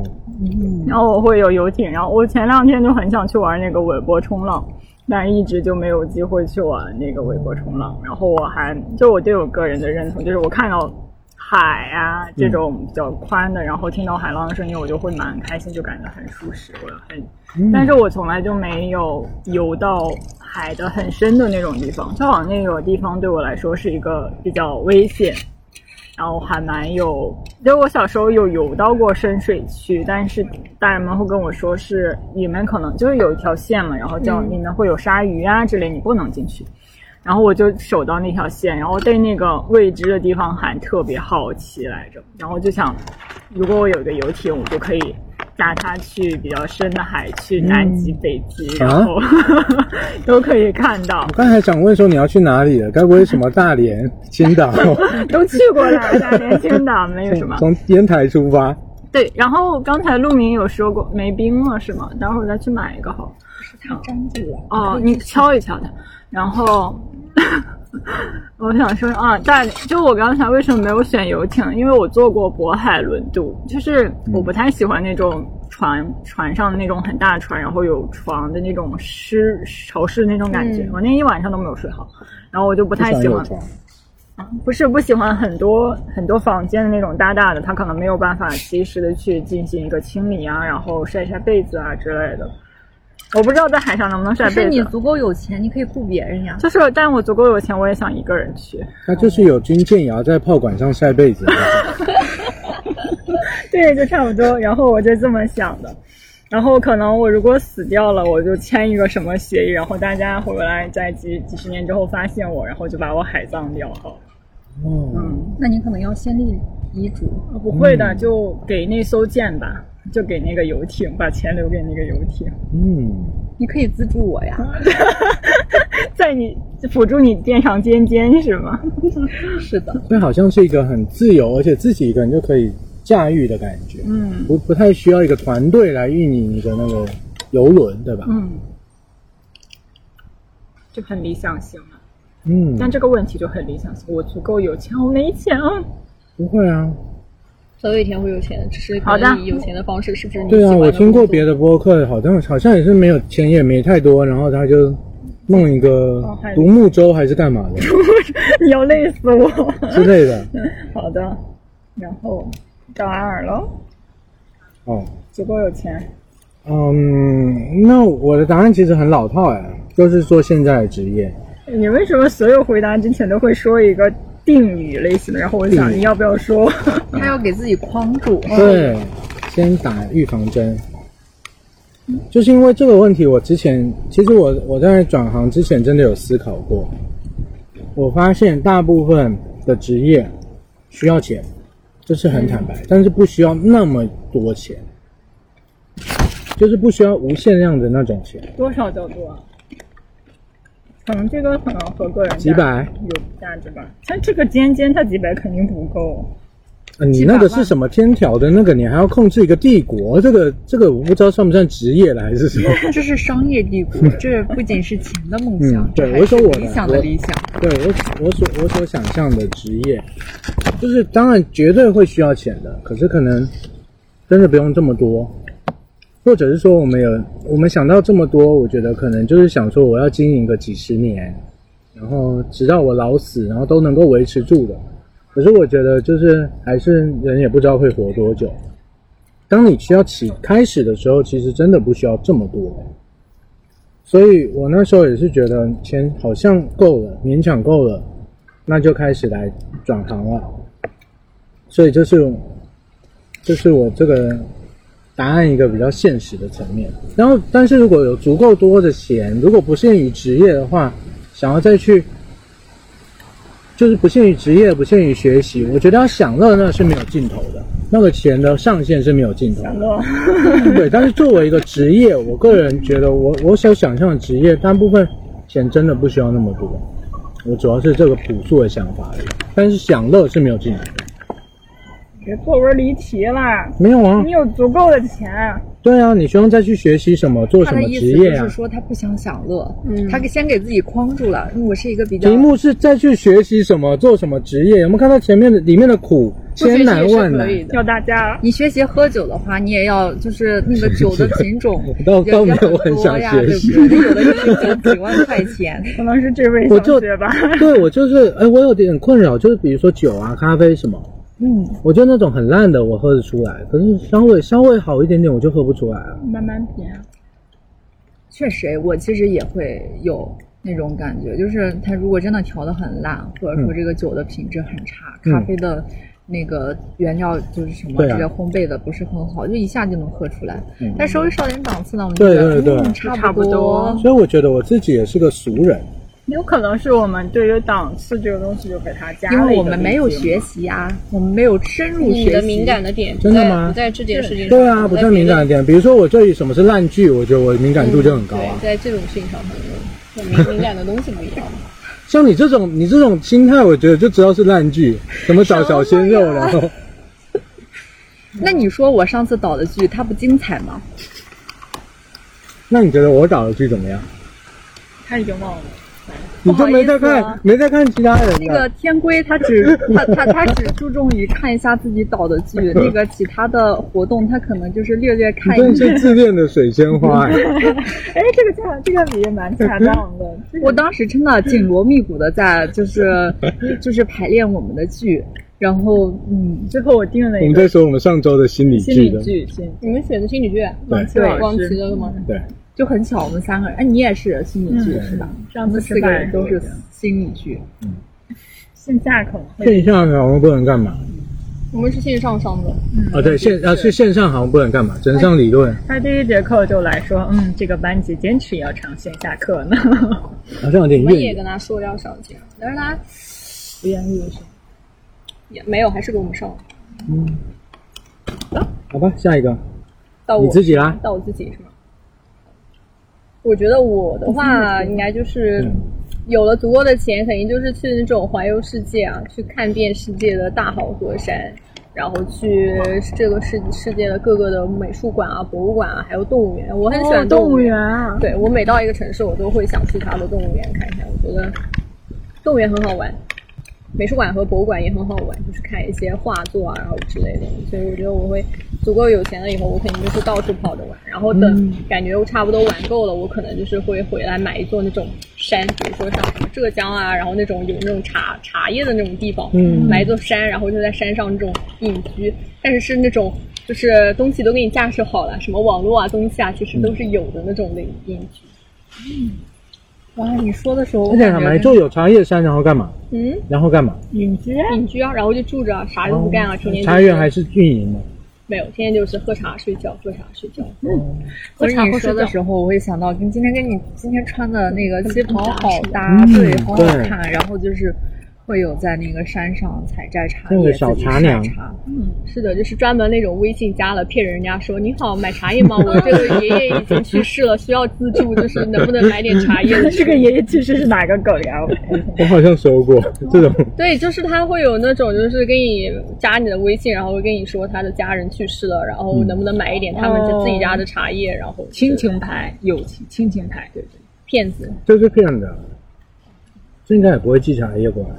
[SPEAKER 2] 然后我会有游艇，然后我前两天就很想去玩那个尾波冲浪，但是一直就没有机会去玩那个尾波冲浪。然后我还就我对我个人的认同，就是我看到海啊这种比较宽的，然后听到海浪的声音，我就会蛮开心，就感觉很舒适，我很
[SPEAKER 1] 嗯
[SPEAKER 2] 但是我从来就没有游到海的很深的那种地方，就好像那个地方对我来说是一个比较危险，然后还蛮有，就我小时候有游到过深水区，但是大人们会跟我说是里面可能就是有一条线嘛，然后叫里面会有鲨鱼啊之类，你不能进去。然后我就守到那条线，然后对那个未知的地方还特别好奇来着，然后就想，如果我有一个游艇，我就可以打他去比较深的海，去南极、北极，
[SPEAKER 1] 啊
[SPEAKER 2] 然后 都可以看到
[SPEAKER 1] 我，刚才想问说你要去哪里了，该不会什么大连、青 岛，
[SPEAKER 2] 都去过了，大连、青岛没有什么。
[SPEAKER 1] 从烟台出发？
[SPEAKER 2] 对，然后刚才陆明有说过没冰了是吗？待会儿再去买一个好了。
[SPEAKER 3] 张姐，
[SPEAKER 2] 哦，你敲一敲它，然后 我想说啊，大就我刚才为什么没有选游艇？因为我坐过渤海轮渡，就是我
[SPEAKER 1] 嗯
[SPEAKER 2] 不太喜欢那种船船上的那种很大的船，然后有床的那种湿潮湿那种感觉。
[SPEAKER 4] 嗯
[SPEAKER 2] 我那一晚上都没有睡好，然后我就不
[SPEAKER 1] 不
[SPEAKER 2] 太
[SPEAKER 1] 想
[SPEAKER 2] 喜
[SPEAKER 1] 有
[SPEAKER 2] 欢，
[SPEAKER 1] 床。
[SPEAKER 2] 不是不喜欢很多很多房间的那种大大的，它可能没有办法及时的去进行一个清理啊，然后晒晒被子啊之类的。我不知道在海上能不能晒
[SPEAKER 3] 可
[SPEAKER 2] 被子。啊
[SPEAKER 3] 是你足够有钱，你可以雇别人呀。
[SPEAKER 2] 就是，但我足够有钱，我也想一个人去。
[SPEAKER 1] 那就是有军舰也要在炮管上晒被子。
[SPEAKER 2] 对，就差不多。然后我就这么想的。然后可能我如果死掉了，我就签一个什么协议，然后大家回来在几几十年之后发现我，然后就把我海葬掉好了。
[SPEAKER 1] 哦，
[SPEAKER 2] 嗯，哦
[SPEAKER 3] 那你可能要先立遗嘱。
[SPEAKER 2] 不会的，
[SPEAKER 1] 嗯
[SPEAKER 2] 就给那艘舰吧，就给那个游艇，把钱留给那个游艇，
[SPEAKER 1] 嗯，
[SPEAKER 3] 你可以资助我呀，
[SPEAKER 2] 在你辅助你垫上尖尖是吗？
[SPEAKER 3] 是的，
[SPEAKER 1] 所以好像是一个很自由，而且自己一个人就可以驾驭的感觉，
[SPEAKER 2] 嗯
[SPEAKER 1] 不不太需要一个团队来运营你的那个游轮，对吧？
[SPEAKER 2] 嗯，就很理想型了。
[SPEAKER 1] 嗯，
[SPEAKER 2] 但这个问题就很理想型，我足够有钱，我没钱啊。
[SPEAKER 1] 不会啊。
[SPEAKER 4] 总有一天会有钱，只是
[SPEAKER 2] 好
[SPEAKER 4] 可
[SPEAKER 2] 的
[SPEAKER 4] 能以有钱的方式，是不是你喜
[SPEAKER 1] 对啊，
[SPEAKER 4] 欢的
[SPEAKER 1] 我听过
[SPEAKER 4] 工作
[SPEAKER 1] 别的播客，好像好像也是没有钱也没太多，然后他就弄一个
[SPEAKER 2] 哦还有
[SPEAKER 1] 独木舟还是干嘛的
[SPEAKER 2] 你要累死我。
[SPEAKER 1] 之类的。
[SPEAKER 2] 好的，然后找阿尔喽，
[SPEAKER 1] 哦，
[SPEAKER 2] 足够有钱。
[SPEAKER 1] 嗯，那我的答案其实很老套哎，就是说现在的职业，
[SPEAKER 2] 你为什么所有回答之前都会说一个定语类型的？然后我想
[SPEAKER 1] 定语
[SPEAKER 2] 你要不要说？
[SPEAKER 3] 他要给自己框住。
[SPEAKER 1] 对，先打预防针。就是因为这个问题，我之前其实我我在转行之前真的有思考过，我发现大部分的职业需要钱，这是很坦白，但是不需要那么多钱，就是不需要无限量的那种钱，
[SPEAKER 2] 多少叫做？可能这个可能和个人
[SPEAKER 1] 几百。
[SPEAKER 2] 有价值吧，但这个尖尖它几百肯定不够。
[SPEAKER 1] 呃你
[SPEAKER 2] 几百
[SPEAKER 1] 那个
[SPEAKER 2] 万
[SPEAKER 1] 是什么天条的那个？你还要控制一个帝国？这个这个我不知道算不算职业了还是什么？
[SPEAKER 3] 这是商业帝国，这不仅是钱的梦想，
[SPEAKER 1] 嗯对
[SPEAKER 3] 这还
[SPEAKER 1] 我说
[SPEAKER 3] 是
[SPEAKER 1] 我的
[SPEAKER 3] 理想的
[SPEAKER 1] 我
[SPEAKER 3] 理想。
[SPEAKER 1] 对我我所我所想象的职业，就是当然绝对会需要钱的，可是可能真的不用这么多，或者是说我们有我们想到这么多，我觉得可能就是想说我要经营个几十年，然后直到我老死，然后都能够维持住的。可是我觉得就是还是人也不知道会活多久。当你需要起开始的时候，其实真的不需要这么多。所以我那时候也是觉得钱好像够了，勉强够了，那就开始来转行了。所以这是，这是我这个答案一个比较现实的层面。然后，但是如果有足够多的钱，如果不限于职业的话，想要再去，就是不限于职业，不限于学习，我觉得要享乐那是没有尽头的，那个钱的上限是没有尽头的。对，但是作为一个职业，我个人觉得我我所想象的职业，大部分钱真的不需要那么多。我主要是这个朴素的想法而已，但是享乐是没有进来的。
[SPEAKER 2] 别作文离题啦，
[SPEAKER 1] 没有啊
[SPEAKER 2] 你，有足够的钱，
[SPEAKER 1] 对啊，你需要再去学习什么，做
[SPEAKER 3] 他
[SPEAKER 1] 什
[SPEAKER 3] 的
[SPEAKER 1] 么
[SPEAKER 3] 意
[SPEAKER 1] 职
[SPEAKER 3] 思
[SPEAKER 1] 业
[SPEAKER 3] 就
[SPEAKER 1] 啊
[SPEAKER 3] 是？说他不想享乐，
[SPEAKER 2] 嗯
[SPEAKER 3] 他先给自己框住了。我是一个比较
[SPEAKER 1] 题目是再去学习什么，做什么职业？有没有看到前面的里面的苦
[SPEAKER 3] 不学
[SPEAKER 1] 千
[SPEAKER 3] 习
[SPEAKER 1] 难
[SPEAKER 3] 也是
[SPEAKER 1] 万
[SPEAKER 3] 可
[SPEAKER 1] 难？
[SPEAKER 3] 以的。
[SPEAKER 2] 要大家
[SPEAKER 3] 你学习喝酒的话，你也要就是那个酒的 品种
[SPEAKER 1] 我倒
[SPEAKER 3] 也
[SPEAKER 1] 倒
[SPEAKER 3] 也
[SPEAKER 1] 没有很
[SPEAKER 3] 很多
[SPEAKER 1] 想
[SPEAKER 3] 呀，
[SPEAKER 1] 学
[SPEAKER 3] 对不
[SPEAKER 1] 习
[SPEAKER 3] 对？那有的一瓶酒几万块钱，
[SPEAKER 2] 可能是这位
[SPEAKER 1] 我
[SPEAKER 2] 同
[SPEAKER 1] 就
[SPEAKER 2] 学吧。
[SPEAKER 1] 对我就是，哎，我有点困扰，就是比如说酒啊、咖啡什么，
[SPEAKER 3] 嗯，
[SPEAKER 1] 我觉得那种很烂的我喝得出来，可是稍微稍微好一点点我就喝不出来啊。
[SPEAKER 2] 慢慢品啊。
[SPEAKER 3] 确实，我其实也会有那种感觉，就是它如果真的调的很烂，或者说
[SPEAKER 1] 嗯
[SPEAKER 3] 这个酒的品质很差，
[SPEAKER 1] 嗯
[SPEAKER 3] 咖啡的那个原料就是什么
[SPEAKER 1] 对啊
[SPEAKER 3] 这些烘焙的不是很好，就一下就能喝出来。
[SPEAKER 1] 嗯
[SPEAKER 3] 但稍微上点档次呢，我们就
[SPEAKER 1] 对
[SPEAKER 3] 觉得
[SPEAKER 1] 对对
[SPEAKER 3] 嗯差
[SPEAKER 2] 差不
[SPEAKER 3] 不
[SPEAKER 2] 多
[SPEAKER 1] 所以我觉得我自己也是个俗人，
[SPEAKER 2] 有可能是我们对于档次这个东西就给它加了一
[SPEAKER 3] 因
[SPEAKER 2] 个
[SPEAKER 3] 为我们没有
[SPEAKER 2] 滤镜
[SPEAKER 3] 学习啊，我们没有深入
[SPEAKER 4] 你
[SPEAKER 3] 学
[SPEAKER 4] 的
[SPEAKER 3] 习。
[SPEAKER 4] 敏感的点不
[SPEAKER 1] 真的
[SPEAKER 4] 在
[SPEAKER 1] 吗
[SPEAKER 4] 不在这件事情上，
[SPEAKER 1] 对啊，不
[SPEAKER 4] 在
[SPEAKER 1] 太
[SPEAKER 4] 别
[SPEAKER 1] 敏
[SPEAKER 4] 的
[SPEAKER 1] 感一点。比如说我对于什么是烂剧，我觉得我敏感度就很高啊。
[SPEAKER 3] 嗯
[SPEAKER 4] 对，在这种事情上可能敏敏感的东西不一样。
[SPEAKER 1] 像你这种你这种心态，我觉得就知道是烂剧，什么找小鲜 肉啊然后
[SPEAKER 3] 那你说我上次导的剧，它不精彩吗？
[SPEAKER 1] 那你觉得我导的剧怎么样？
[SPEAKER 2] 他已经忘了。
[SPEAKER 1] 你就没在
[SPEAKER 3] 不好
[SPEAKER 1] 看，
[SPEAKER 3] 意思啊
[SPEAKER 1] 没在看其他人
[SPEAKER 3] 那个
[SPEAKER 1] 的。
[SPEAKER 3] 天规他只他他他只注重于看一下自己导的 剧，那个其他的活动他可能就是略略
[SPEAKER 1] 你
[SPEAKER 3] 看
[SPEAKER 1] 真
[SPEAKER 3] 一
[SPEAKER 1] 的
[SPEAKER 3] 下。
[SPEAKER 1] 是自恋的水仙 花、哎
[SPEAKER 2] 哎，这个恰这个比喻蛮恰当的。这个
[SPEAKER 3] 我当时真的紧锣密鼓的在就是就是排练我们的剧，然后嗯，
[SPEAKER 2] 最后我定了
[SPEAKER 1] 我
[SPEAKER 2] 一
[SPEAKER 1] 们
[SPEAKER 2] 个
[SPEAKER 1] 在说我们上周的心理
[SPEAKER 2] 心
[SPEAKER 1] 剧
[SPEAKER 2] 理
[SPEAKER 1] 的，
[SPEAKER 2] 剧，心理
[SPEAKER 4] 你们选的心理剧，
[SPEAKER 1] 对
[SPEAKER 2] 剧老
[SPEAKER 4] 忘记
[SPEAKER 2] 师
[SPEAKER 4] 了吗？
[SPEAKER 1] 对，
[SPEAKER 3] 就很巧，我们三个人，哎，你也是心理剧、
[SPEAKER 1] 嗯
[SPEAKER 3] 是吧？我
[SPEAKER 2] 上次
[SPEAKER 3] 们
[SPEAKER 2] 吃
[SPEAKER 3] 四个
[SPEAKER 2] 饭
[SPEAKER 3] 人都是
[SPEAKER 2] 这样
[SPEAKER 3] 心理剧，
[SPEAKER 2] 线下可能会
[SPEAKER 1] 线上好像不能干嘛？
[SPEAKER 4] 我们是线上上的，
[SPEAKER 1] 啊，对，线啊是线上好像不能干
[SPEAKER 3] 哎
[SPEAKER 1] 嘛？整上理论
[SPEAKER 2] 他第一节课就来说，嗯，这个班级坚持要上线下课 呢，
[SPEAKER 1] 好啊像有点
[SPEAKER 4] 我们也
[SPEAKER 1] 远。
[SPEAKER 4] 跟他说要上这样，但是他
[SPEAKER 2] 不愿意是吧
[SPEAKER 4] 也没有，还是给我们上了
[SPEAKER 1] 好吧，下一个
[SPEAKER 4] 到啊我
[SPEAKER 1] 你自己啦。
[SPEAKER 4] 到我自己是吗？我觉得我的话，应该就是
[SPEAKER 1] 嗯
[SPEAKER 4] 有了足够的钱，肯定就是去那种环游世界啊，去看遍世界的大好河山，然后去这个世世界的各个的美术馆啊、博物馆啊，还有动物园。我很喜欢
[SPEAKER 2] 哦动
[SPEAKER 4] 物
[SPEAKER 2] 物 园啊，
[SPEAKER 4] 对我每到一个城市，我都会想去它的动物园看一看。我觉得动物园很好玩，美术馆和博物馆也很好玩，就是看一些画作啊，然后之类的。所以我觉得我会足够有钱了以后，我肯定就是到处跑着玩。然后
[SPEAKER 1] 嗯
[SPEAKER 4] 等感觉我差不多玩够了，我可能就是会回来买一座那种山，比如说像什么浙江啊，然后那种有那种茶茶叶的那种地方，
[SPEAKER 1] 嗯
[SPEAKER 4] 买一座山，然后就在山上这种隐居，但是是那种就是东西都给你架设好了，什么网络啊、东西啊，其实都是有的那种的隐居。
[SPEAKER 3] 哇，你说的时候，
[SPEAKER 1] 而且还买就有茶叶山，然后干嘛？
[SPEAKER 4] 嗯，
[SPEAKER 1] 然后干嘛？哦
[SPEAKER 2] 隐居啊，
[SPEAKER 4] 隐居啊，然后就住着啊，啥都不干啊，天天、就是、
[SPEAKER 1] 茶园还是运营的。
[SPEAKER 4] 没有，天天就是喝茶睡觉，喝茶睡觉。嗯
[SPEAKER 3] 所以你
[SPEAKER 2] 嗯喝茶
[SPEAKER 3] 说
[SPEAKER 2] 喝
[SPEAKER 3] 的
[SPEAKER 2] 水
[SPEAKER 3] 时候，我会想到跟今天跟你今天穿的那个旗袍好搭，
[SPEAKER 1] 嗯
[SPEAKER 3] 对，好好
[SPEAKER 1] 对
[SPEAKER 3] 看。然后就是会有在那个山上采摘茶
[SPEAKER 1] 那
[SPEAKER 3] 叶，
[SPEAKER 1] 个小
[SPEAKER 3] 自己
[SPEAKER 1] 茶
[SPEAKER 3] 晒
[SPEAKER 1] 娘
[SPEAKER 3] 茶
[SPEAKER 4] 是的，就是专门那种微信加了骗人家说你好买茶叶吗？我这个爷爷已经去世了，需要资助，就是能不能买点茶叶
[SPEAKER 2] ？这个爷爷去世是哪个狗呀？
[SPEAKER 1] 我好像收 过这种，
[SPEAKER 4] 对，就是他会有那种，就是给你加你的微信，然后跟你说他的家人去世了，然后能不能买一点他们
[SPEAKER 2] 嗯哦
[SPEAKER 4] 自己家的茶叶，然后
[SPEAKER 2] 亲情牌，友情亲情牌，对对。
[SPEAKER 4] 骗子。
[SPEAKER 1] 这是骗的。这应该也不会寄茶叶过来。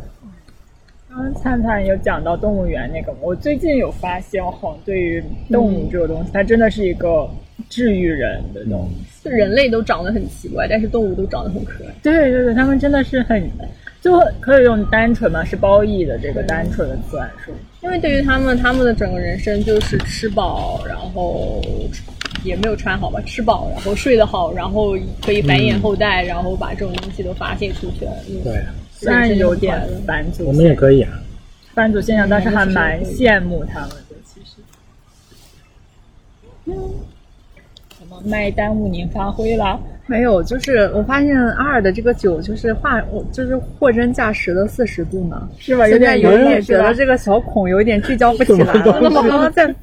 [SPEAKER 2] 刚刚灿灿有讲到动物园那个嘛，我最近有发现，我好像对于动物这个东西，它真的是一个治愈人的东西。
[SPEAKER 4] 就人类都长得很奇怪，但是动物都长得很可爱。
[SPEAKER 2] 对对对，他们真的是很，就可以用单纯嘛，是褒义的这个单纯的词来说。
[SPEAKER 4] 因为对于他们，他们的整个人生就是吃饱，然后也没有穿好吧，吃饱，然后睡得好，然后可以繁衍后代，然后把这种东西都发泄出去了。嗯
[SPEAKER 1] 对，啊
[SPEAKER 2] 虽然有点反祖
[SPEAKER 1] 我们也
[SPEAKER 2] 现，
[SPEAKER 1] 可以啊。
[SPEAKER 2] 反祖现象，但是还蛮羡慕他们的。其实，嗯，什么麦耽误您发挥了？
[SPEAKER 3] 没有，就是我发现二的这个酒就是画，我就是货真价实的四十度呢，
[SPEAKER 2] 是吧？有
[SPEAKER 3] 现在
[SPEAKER 2] 点
[SPEAKER 3] 有
[SPEAKER 1] 点
[SPEAKER 3] 点
[SPEAKER 2] 是
[SPEAKER 3] 觉
[SPEAKER 2] 吧
[SPEAKER 3] 得？这个小孔有点聚焦不起来
[SPEAKER 1] 什么东
[SPEAKER 3] 了。
[SPEAKER 1] 西
[SPEAKER 3] 我刚刚在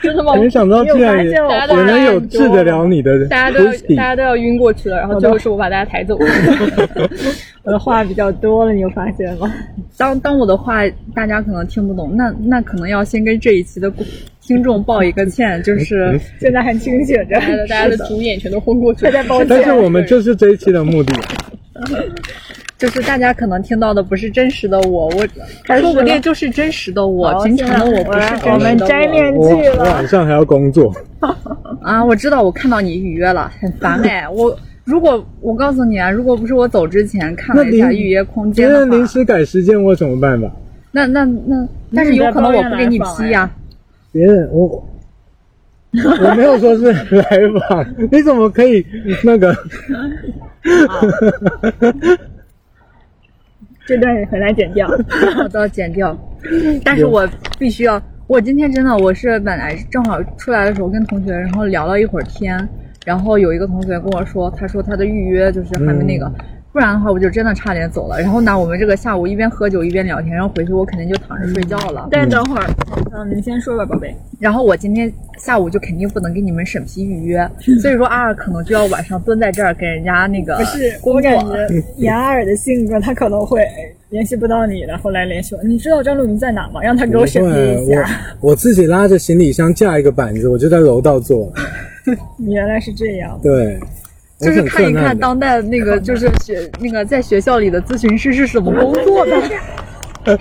[SPEAKER 4] 真的吗？
[SPEAKER 1] 没想到
[SPEAKER 2] 你有
[SPEAKER 1] 竟
[SPEAKER 2] 发
[SPEAKER 1] 然也
[SPEAKER 2] 现我
[SPEAKER 4] 大家都
[SPEAKER 1] 也能有治得了你的
[SPEAKER 4] 大家都要大
[SPEAKER 1] whisky，
[SPEAKER 4] 家都要晕过去了，然后最后是我把大家抬走。
[SPEAKER 2] 我的话比较多了，你有发现吗？
[SPEAKER 3] 当当我的话大家可能听不懂，那那可能要先跟这一期的听众抱一个歉， 就是
[SPEAKER 2] 现在还清醒着，
[SPEAKER 4] 大家的大家的主演全都昏过去了，
[SPEAKER 2] 在包
[SPEAKER 1] 但是我们就是这一期的目的。
[SPEAKER 3] 就是大家可能听到的不是真实的我，我
[SPEAKER 2] 开始了
[SPEAKER 3] 说不定就是真实的我，
[SPEAKER 2] 好
[SPEAKER 3] 平常的我不是真实的
[SPEAKER 2] 我们摘面
[SPEAKER 1] 我
[SPEAKER 2] 具
[SPEAKER 1] 我
[SPEAKER 2] 了。
[SPEAKER 1] 晚上还要工作，
[SPEAKER 3] 啊，我知道，我看到你预约了，很 烦哎。我如果我告诉你啊，如果不是我走之前看了一
[SPEAKER 1] 那
[SPEAKER 3] 下
[SPEAKER 1] 临
[SPEAKER 3] 预约空
[SPEAKER 1] 别
[SPEAKER 3] 间的
[SPEAKER 1] 人临
[SPEAKER 3] 话，
[SPEAKER 1] 时改时间，我有什么办法？
[SPEAKER 3] 那那那，但是有可能我不给你批呀、
[SPEAKER 1] 别人 我。我没有说是来访，你怎么可以那 个？
[SPEAKER 2] 这段很难剪掉。
[SPEAKER 3] 我都要剪 掉。但是我必须要，我今天真的我是本来正好出来的时候跟同学，然
[SPEAKER 1] 嗯
[SPEAKER 3] 后聊了一会儿天，然后有一个同学跟我说，他说他的预约就是还没那个。不然的话我就真的差点走了。然后呢，我们这个下午一边喝酒一边聊天，然后回去我肯定就躺着睡觉了。
[SPEAKER 2] 但等会儿， 嗯，你先说吧，宝贝。
[SPEAKER 3] 然后我今天下午就肯定不能给你们审批预约，
[SPEAKER 1] 嗯
[SPEAKER 3] 所以说阿尔可能就要晚上蹲在这儿给人家那个
[SPEAKER 2] 不是，我感觉雅尔的性格，他可能会联系不到你，然后来联系我。你知道张鲁明在哪吗？让他给我审
[SPEAKER 1] 不会
[SPEAKER 2] 批一下。
[SPEAKER 1] 我我自己拉着行李箱架一个板子，我就在楼道坐了。
[SPEAKER 2] 你嗯原来是这样，
[SPEAKER 1] 对，我
[SPEAKER 3] 就是
[SPEAKER 1] 很
[SPEAKER 3] 看一
[SPEAKER 1] 困难
[SPEAKER 3] 看
[SPEAKER 1] 的
[SPEAKER 3] 当代那个就是学那个在学校里的咨询师是什么工作的，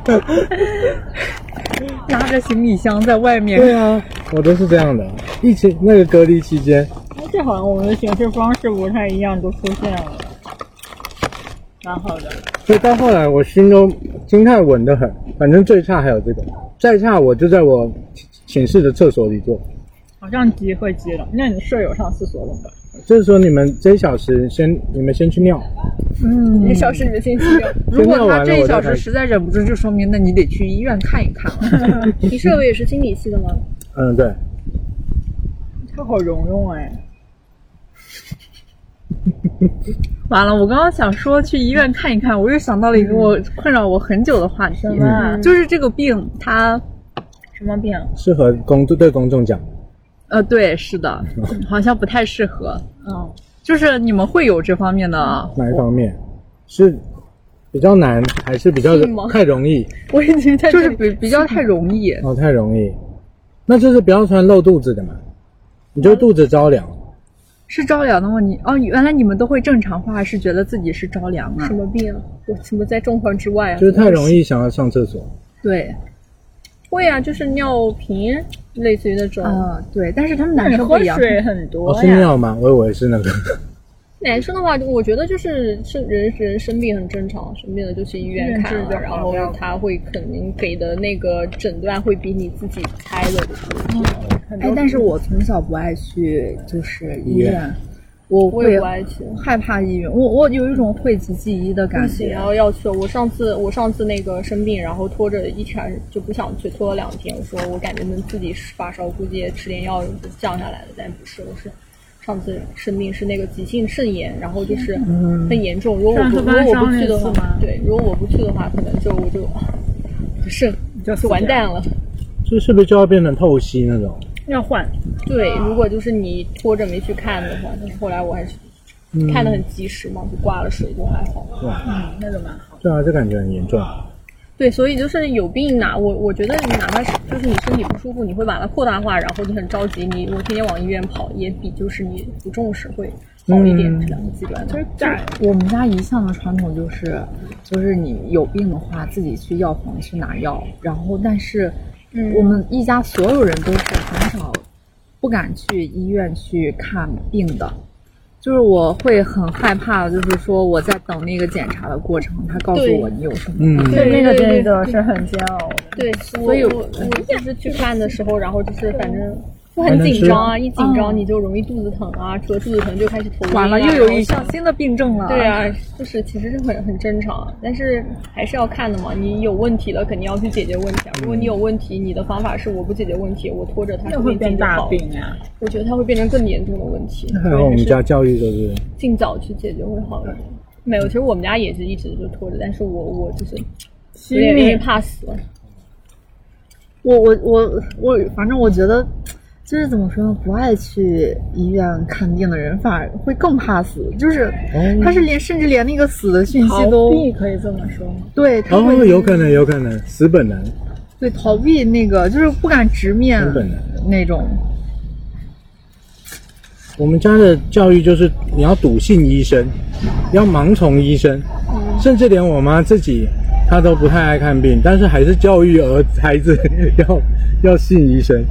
[SPEAKER 3] 拉着行李箱在外面。
[SPEAKER 1] 对啊，我都是这样的。疫情那个隔离期间，
[SPEAKER 2] 哎，这好像我们的行事方式不太一样，都出现了，蛮好的。
[SPEAKER 1] 所以到后来我心中心态稳得很。反正最差还有这个，再差我就在我寝寝室的厕所里做。
[SPEAKER 2] 好像急会急了，那你舍友上厕所怎么办？
[SPEAKER 1] 就是说你们这一小时先，你们先去尿。
[SPEAKER 2] 嗯
[SPEAKER 4] 一小时你的信息量，
[SPEAKER 3] 如果
[SPEAKER 1] 真的完
[SPEAKER 3] 他
[SPEAKER 1] 了
[SPEAKER 3] 这
[SPEAKER 1] 我
[SPEAKER 3] 一
[SPEAKER 1] 就
[SPEAKER 3] 小
[SPEAKER 1] 开
[SPEAKER 3] 时
[SPEAKER 1] 始
[SPEAKER 3] 实在忍不住，就说明那你得去医院看一看了。
[SPEAKER 4] 你舍友也是心理系的吗？
[SPEAKER 1] 嗯，对，
[SPEAKER 2] 他好蓉蓉哎，
[SPEAKER 3] 完了，我刚刚想说去医院看一看，我又想到了一个我困扰我很久的话题，嗯
[SPEAKER 1] 么
[SPEAKER 3] 就是这个病它。
[SPEAKER 2] 啊什么病？
[SPEAKER 1] 适合公对公众讲。
[SPEAKER 3] 呃，对，是的，好像不太适合。
[SPEAKER 2] 嗯，
[SPEAKER 3] 就是你们会有这方面的
[SPEAKER 1] 哪一方面？是比较难，还是比较
[SPEAKER 4] 是吗
[SPEAKER 1] 太容易？
[SPEAKER 2] 我已经在
[SPEAKER 3] 就是 比比较太容易，
[SPEAKER 1] 哦，太容易。那就是不要穿露肚子的嘛，你就肚子着凉。
[SPEAKER 3] 是着凉的问题哦。原来你们都会正常化，是觉得自己是着凉啊
[SPEAKER 4] 什？么病啊？我怎么在状况之外啊？
[SPEAKER 1] 就是太容易想要上厕所。
[SPEAKER 3] 对，
[SPEAKER 4] 会啊，就是尿频，类似于那种。
[SPEAKER 3] 啊、对，但是他们
[SPEAKER 2] 那
[SPEAKER 3] 男
[SPEAKER 2] 你
[SPEAKER 3] 生
[SPEAKER 2] 喝
[SPEAKER 3] 不一样，哎
[SPEAKER 2] 水很多
[SPEAKER 1] 哦，是
[SPEAKER 2] 呀，
[SPEAKER 1] 尿吗？我以为是那个。
[SPEAKER 4] 男生的话，我觉得就是是人人生病很正常，生病了就去医院看
[SPEAKER 2] 嗯
[SPEAKER 4] 了，
[SPEAKER 2] 治疗
[SPEAKER 4] 然后他会肯定给的那个诊断会比你自己猜的多。
[SPEAKER 2] 很多
[SPEAKER 3] 哎，但是我从小不爱去就是医
[SPEAKER 1] 医
[SPEAKER 3] 院
[SPEAKER 1] 院，
[SPEAKER 3] 我
[SPEAKER 4] 我也
[SPEAKER 3] 会
[SPEAKER 4] 不爱去。
[SPEAKER 3] 害怕医院，我我有一种讳疾忌医的
[SPEAKER 4] 不
[SPEAKER 3] 感
[SPEAKER 4] 行，啊
[SPEAKER 3] 觉啊
[SPEAKER 4] 然。后要去。我上次我上次那个生病，然后拖着一天就不想去，拖了两天。我说我感觉能自己发烧，估计吃点药就降下来了，但不是，我是上次生病是那个急性肾炎，然后就是很严重。如果我
[SPEAKER 2] 上
[SPEAKER 4] 不
[SPEAKER 2] 次
[SPEAKER 4] 如果我不
[SPEAKER 2] 发烧
[SPEAKER 4] 去的
[SPEAKER 2] 那次
[SPEAKER 4] 话
[SPEAKER 2] 吗，
[SPEAKER 4] 对，如果我不去的话，可能就我就 啊肾
[SPEAKER 2] 就死
[SPEAKER 4] 完
[SPEAKER 2] 掉
[SPEAKER 4] 蛋了。
[SPEAKER 1] 这是不是就要变成透析那种？
[SPEAKER 2] 要换。
[SPEAKER 4] 对，如果就是你拖着没去看的话，但是后来我还是
[SPEAKER 1] 嗯
[SPEAKER 4] 看得很及时嘛，就挂了水就还好。
[SPEAKER 1] 对啊，
[SPEAKER 2] 嗯，那就蛮好。
[SPEAKER 1] 对啊，这感觉很严重。
[SPEAKER 4] 对，所以就是有病哪，我我觉得你哪怕是就是你身体不舒服，你会把它扩大化，然后你很着急，你我天天往医院跑，也比就是你不重视会好一点，
[SPEAKER 1] 嗯
[SPEAKER 4] 这两个极端。
[SPEAKER 2] 就是在
[SPEAKER 3] 我们家一向的传统就是，就是你有病的话，自己去药房去拿药。然后，但是
[SPEAKER 4] 嗯
[SPEAKER 3] 我们一家所有人都是很少不敢去医院去看病的。就是我会很害怕，就是说我在等那个检查的过程，他告诉
[SPEAKER 4] 对
[SPEAKER 3] 我你有什么。
[SPEAKER 1] 嗯，
[SPEAKER 4] 对
[SPEAKER 2] 那个真的是很煎熬的。
[SPEAKER 4] 对，
[SPEAKER 3] 所
[SPEAKER 4] 所
[SPEAKER 3] 以
[SPEAKER 4] 以
[SPEAKER 3] 我
[SPEAKER 4] 我我就是去看的时候，然后就是反正。我
[SPEAKER 1] 还
[SPEAKER 4] 很
[SPEAKER 1] 能
[SPEAKER 4] 紧
[SPEAKER 1] 吃
[SPEAKER 4] 张啊，一紧张
[SPEAKER 3] 嗯
[SPEAKER 4] 你就容易肚子疼啊，除了肚子疼就开始头晕啊、
[SPEAKER 3] 完了，又
[SPEAKER 4] 然
[SPEAKER 3] 有
[SPEAKER 4] 后
[SPEAKER 3] 一项新的病症了。
[SPEAKER 4] 对，啊，就是其实是很很正常，啊但是还是要看的嘛。你有问题了，肯定要去解决问题啊。如果你有问题，你的方法是我不解决问题，我拖着它，
[SPEAKER 2] 那
[SPEAKER 4] 说不
[SPEAKER 2] 会
[SPEAKER 4] 定自己
[SPEAKER 2] 变
[SPEAKER 4] 就
[SPEAKER 2] 大
[SPEAKER 4] 好了。
[SPEAKER 2] 病啊呀、
[SPEAKER 4] 我觉得它会变成更严重的问题，
[SPEAKER 1] 还好我们家教育都是
[SPEAKER 4] 尽早去解决会好一点。没有，其实我们家也是一直就拖着，但是我我就是
[SPEAKER 2] 虚
[SPEAKER 4] 有点有点
[SPEAKER 2] 命。
[SPEAKER 4] 怕死。
[SPEAKER 3] 我我我我，反正我觉得，就是怎么说呢，不爱去医院看病的人反而会更怕死，就是
[SPEAKER 4] 嗯
[SPEAKER 1] 哦
[SPEAKER 3] 他是连甚至连那个死的讯息
[SPEAKER 2] 逃
[SPEAKER 3] 都
[SPEAKER 2] 避可以这么说吗？
[SPEAKER 3] 对，他会、
[SPEAKER 1] 哦，有可能，有可能，死本能，
[SPEAKER 3] 对逃避那个就是不敢直面
[SPEAKER 1] 根本的
[SPEAKER 3] 那种。
[SPEAKER 1] 我们家的教育就是你要笃信医生，要盲从医生，
[SPEAKER 2] 嗯
[SPEAKER 1] 甚至连我妈自己她都不太爱看病，但是还是教育儿孩子 要要信医生。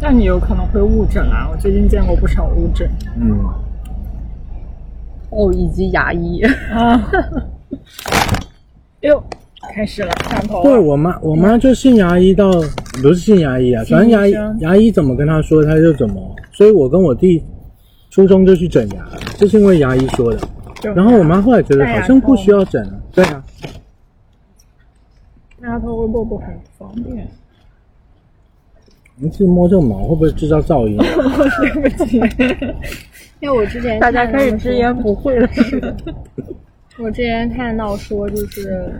[SPEAKER 2] 那你有可能会误诊啊！我最近见过不少误诊
[SPEAKER 1] 嗯，
[SPEAKER 3] 哦，以及牙医，
[SPEAKER 2] 啊。 哎呦，开始了，上头
[SPEAKER 1] 对
[SPEAKER 2] 了。
[SPEAKER 1] 我妈，我妈就信牙医到不是信牙医啊，
[SPEAKER 2] 信
[SPEAKER 1] 反正牙
[SPEAKER 2] 医
[SPEAKER 1] 医
[SPEAKER 2] 生
[SPEAKER 1] 牙医怎么跟她说她就怎么，所以我跟我弟初中就去整牙了，就是因为牙医说的。
[SPEAKER 2] 就是
[SPEAKER 1] 然后我妈后来觉得
[SPEAKER 2] 戴
[SPEAKER 1] 好
[SPEAKER 2] 牙
[SPEAKER 1] 像不
[SPEAKER 2] 套
[SPEAKER 1] 需要整了，对啊，
[SPEAKER 2] 大家都会不会不很方便？
[SPEAKER 1] 你这个摸这个毛会不会制造噪 音？
[SPEAKER 3] 对不起，
[SPEAKER 4] 因为我之前
[SPEAKER 3] 大家
[SPEAKER 4] 看
[SPEAKER 3] 开始
[SPEAKER 4] 到
[SPEAKER 3] 直
[SPEAKER 4] 说
[SPEAKER 3] 言 不讳了。
[SPEAKER 4] 我之前看到说，就是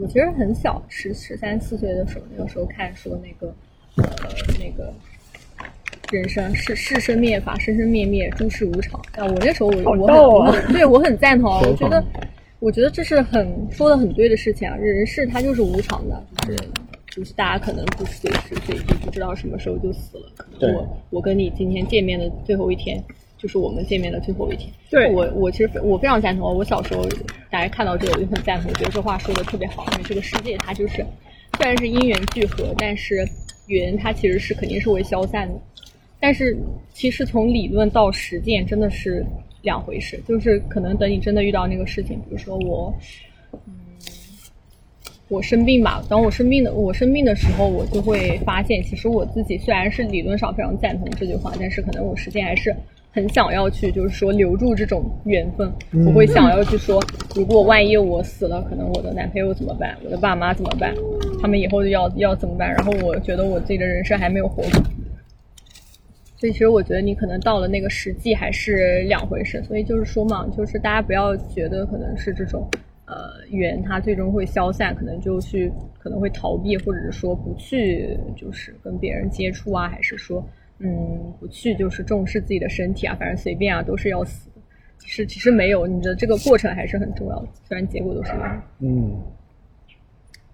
[SPEAKER 4] 我其实很小，十十三四岁的时候，那个时候看说那个呃那个人生是是生灭法，生生灭灭，诸事无常。啊，我那时候我
[SPEAKER 3] 好逗
[SPEAKER 4] 我很、
[SPEAKER 3] 啊
[SPEAKER 4] 我很对我很赞同啊，我
[SPEAKER 1] 手
[SPEAKER 4] 觉
[SPEAKER 1] 捧
[SPEAKER 4] 得我觉得这是很说的很对的事情啊，人世它就是无常的，就是。就是大家可能不随时随地不知道什么时候就死了。可能
[SPEAKER 1] 对
[SPEAKER 4] 我我跟你今天见面的最后一天，就是我们见面的最后一天。
[SPEAKER 3] 对
[SPEAKER 4] 我我其实非我非常赞同。我小时候大家看到这个我就很赞同，我觉得这话说的特别好，因为这个世界它就是虽然是因缘聚合，但是缘它其实是肯定是会消散的。但是其实从理论到实践真的是两回事，就是可能等你真的遇到那个事情，比如说我，嗯，我生病吧，当我生病的我生病的时候，我就会发现，其实我自己虽然是理论上非常赞同这句话，但是可能我实践还是。很想要去，就是说留住这种缘分，
[SPEAKER 1] 嗯
[SPEAKER 4] 我会想要去说，如果万一我死了，可能我的男朋友怎么办，我的爸妈怎么办，他们以后要要怎么办？然后我觉得我自己的人生还没有活够，所以其实我觉得你可能到了那个实际还是两回事。所以就是说嘛，就是大家不要觉得可能是这种呃缘它最终会消散，可能就去可能会逃避，或者是说不去就是跟别人接触啊，还是说嗯不去就是重视自己的身体啊，反正随便啊都是要死的。其实其实没有，你的这个过程还是很重要的，虽然结果都是一样的。
[SPEAKER 1] 嗯，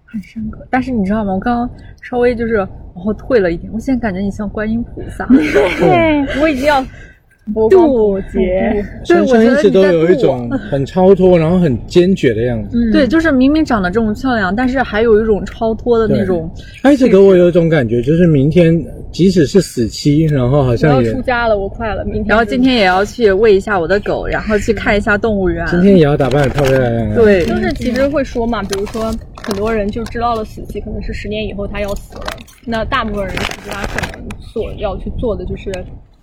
[SPEAKER 3] 很深刻。但是你知道吗？我刚刚稍微就是往后退了一点，我现在感觉你像观音菩 萨，
[SPEAKER 1] 对，
[SPEAKER 4] 我已经要
[SPEAKER 3] 渡劫。对，
[SPEAKER 1] 身
[SPEAKER 3] 我
[SPEAKER 1] 上
[SPEAKER 3] 觉
[SPEAKER 1] 一
[SPEAKER 3] 得
[SPEAKER 1] 直
[SPEAKER 3] 你
[SPEAKER 1] 都
[SPEAKER 3] 在
[SPEAKER 1] 有一
[SPEAKER 3] 渡我。
[SPEAKER 1] 种很超脱，然后很坚决的样子。
[SPEAKER 4] 嗯
[SPEAKER 3] 对，就是明明长得这么漂亮，但是还有一种超脱的那
[SPEAKER 1] 对
[SPEAKER 3] 种。
[SPEAKER 1] 他一直给我有一种感觉，就是明天即使是死期，然后好
[SPEAKER 4] 我要
[SPEAKER 1] 像也
[SPEAKER 4] 出家了，我快了，明天
[SPEAKER 3] 然后
[SPEAKER 4] 就
[SPEAKER 3] 今天也要去喂一下我的狗，然后去看一下动物园。
[SPEAKER 1] 今天也要打扮的漂漂亮亮的。，
[SPEAKER 3] 对，
[SPEAKER 4] 就是其实会说嘛，比如说很多人就知道了死期可能是十年以后他要死了，那大部分人其实他可能所要去做的就是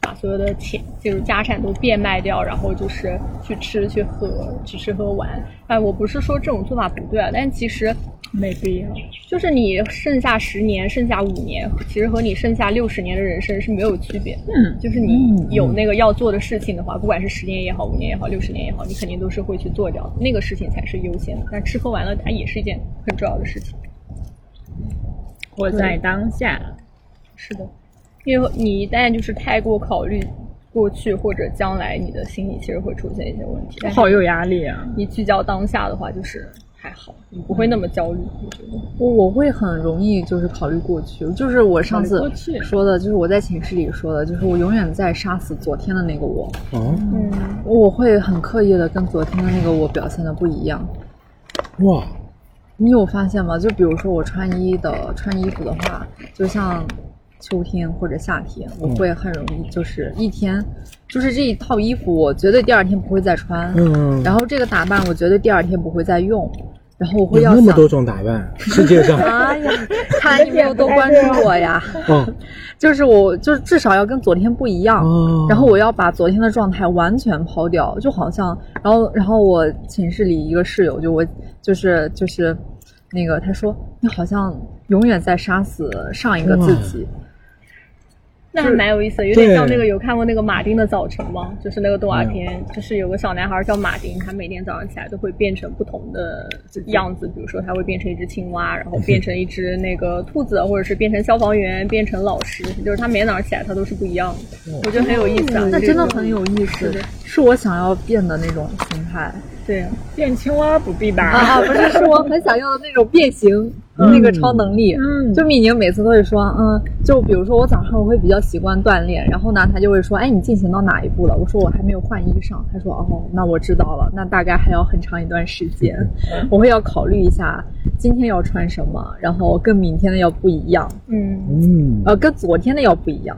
[SPEAKER 4] 把所有的钱就是家产都变卖掉，然后就是去吃去喝，去吃喝玩。哎，我不是说这种做法不对啊，但其实
[SPEAKER 3] 没必要。
[SPEAKER 4] 就是你剩下十年、剩下五年，其实和你剩下六十年的人生是没有区别的。
[SPEAKER 3] 嗯，
[SPEAKER 4] 就是你有那个要做的事情的话，不管是十年也好、五年也好、六十年也好，你肯定都是会去做掉的，那个事情才是优先的。但吃喝玩乐它也是一件很重要的事情。
[SPEAKER 3] 活在当下。
[SPEAKER 4] 是的，因为你一旦就是太过考虑过去或者将来，你的心里其实会出现一些问题。但是
[SPEAKER 3] 好有压力啊！
[SPEAKER 4] 你聚焦当下的话，就是还好，你不
[SPEAKER 3] 嗯
[SPEAKER 4] 会那么焦虑。我觉得
[SPEAKER 3] 我我会很容易就是考虑过去，就是我上次
[SPEAKER 4] 考虑过去
[SPEAKER 3] 说的，就是我在寝室里说的，就是我永远在杀死昨天的那个我，
[SPEAKER 1] 啊，
[SPEAKER 4] 嗯，
[SPEAKER 3] 我会很刻意的跟昨天的那个我表现的不一样。
[SPEAKER 1] 哇，
[SPEAKER 3] 你有发现吗？就比如说我穿衣的穿衣服的话，就像秋天或者夏天，
[SPEAKER 1] 嗯
[SPEAKER 3] 我会很容易就是一天，就是这一套衣服，我绝对第二天不会再穿。
[SPEAKER 1] 嗯，
[SPEAKER 3] 然后这个打扮，我绝对第二天不会再用。然后我
[SPEAKER 1] 有
[SPEAKER 3] 会要
[SPEAKER 1] 那么
[SPEAKER 3] 想
[SPEAKER 1] 多种打扮，世界 上
[SPEAKER 3] 哎呀，看来你没有多关注我呀。
[SPEAKER 1] 哦
[SPEAKER 3] 就是我，就是至少要跟昨天不一样。
[SPEAKER 1] 哦，
[SPEAKER 3] 然后我要把昨天的状态完全抛掉，就好像，然后，然后我寝室里一个室友就我就是就是，那个他说你好像永远在杀死上一个自己，
[SPEAKER 4] 那还蛮有意思的，有点像那个有看过那个马丁的早晨吗？就是那个动画片，就是有个小男孩叫马丁，他每天早上起来都会变成不同的样子，比如说他会变成一只青蛙，然后变成一只那个兔子，或者是变成消防员，变成老师，就是他每天早上起来他都是不一样的
[SPEAKER 1] 哦，
[SPEAKER 4] 我觉得很有意思啊，
[SPEAKER 3] 那
[SPEAKER 4] 这
[SPEAKER 3] 真的
[SPEAKER 4] 个
[SPEAKER 3] 很有意
[SPEAKER 4] 是
[SPEAKER 3] 思
[SPEAKER 4] 的，
[SPEAKER 3] 是我想要变的那种形态
[SPEAKER 4] 对啊。
[SPEAKER 3] 变青蛙不必吧？啊，不是，是我很想要的那种变形、那个超能力。
[SPEAKER 4] 嗯
[SPEAKER 3] 就米宁每次都会说，嗯，就比如说我早上我会比较习惯锻炼，然后呢，他就会说，哎，你进行到哪一步了？我说我还没有换衣裳。他说，哦，那我知道了，那大概还要很长一段时间，我会要考虑一下今天要穿什么，然后跟明天的要不一样，
[SPEAKER 4] 嗯，
[SPEAKER 1] 嗯，
[SPEAKER 3] 呃，跟昨天的要不一样。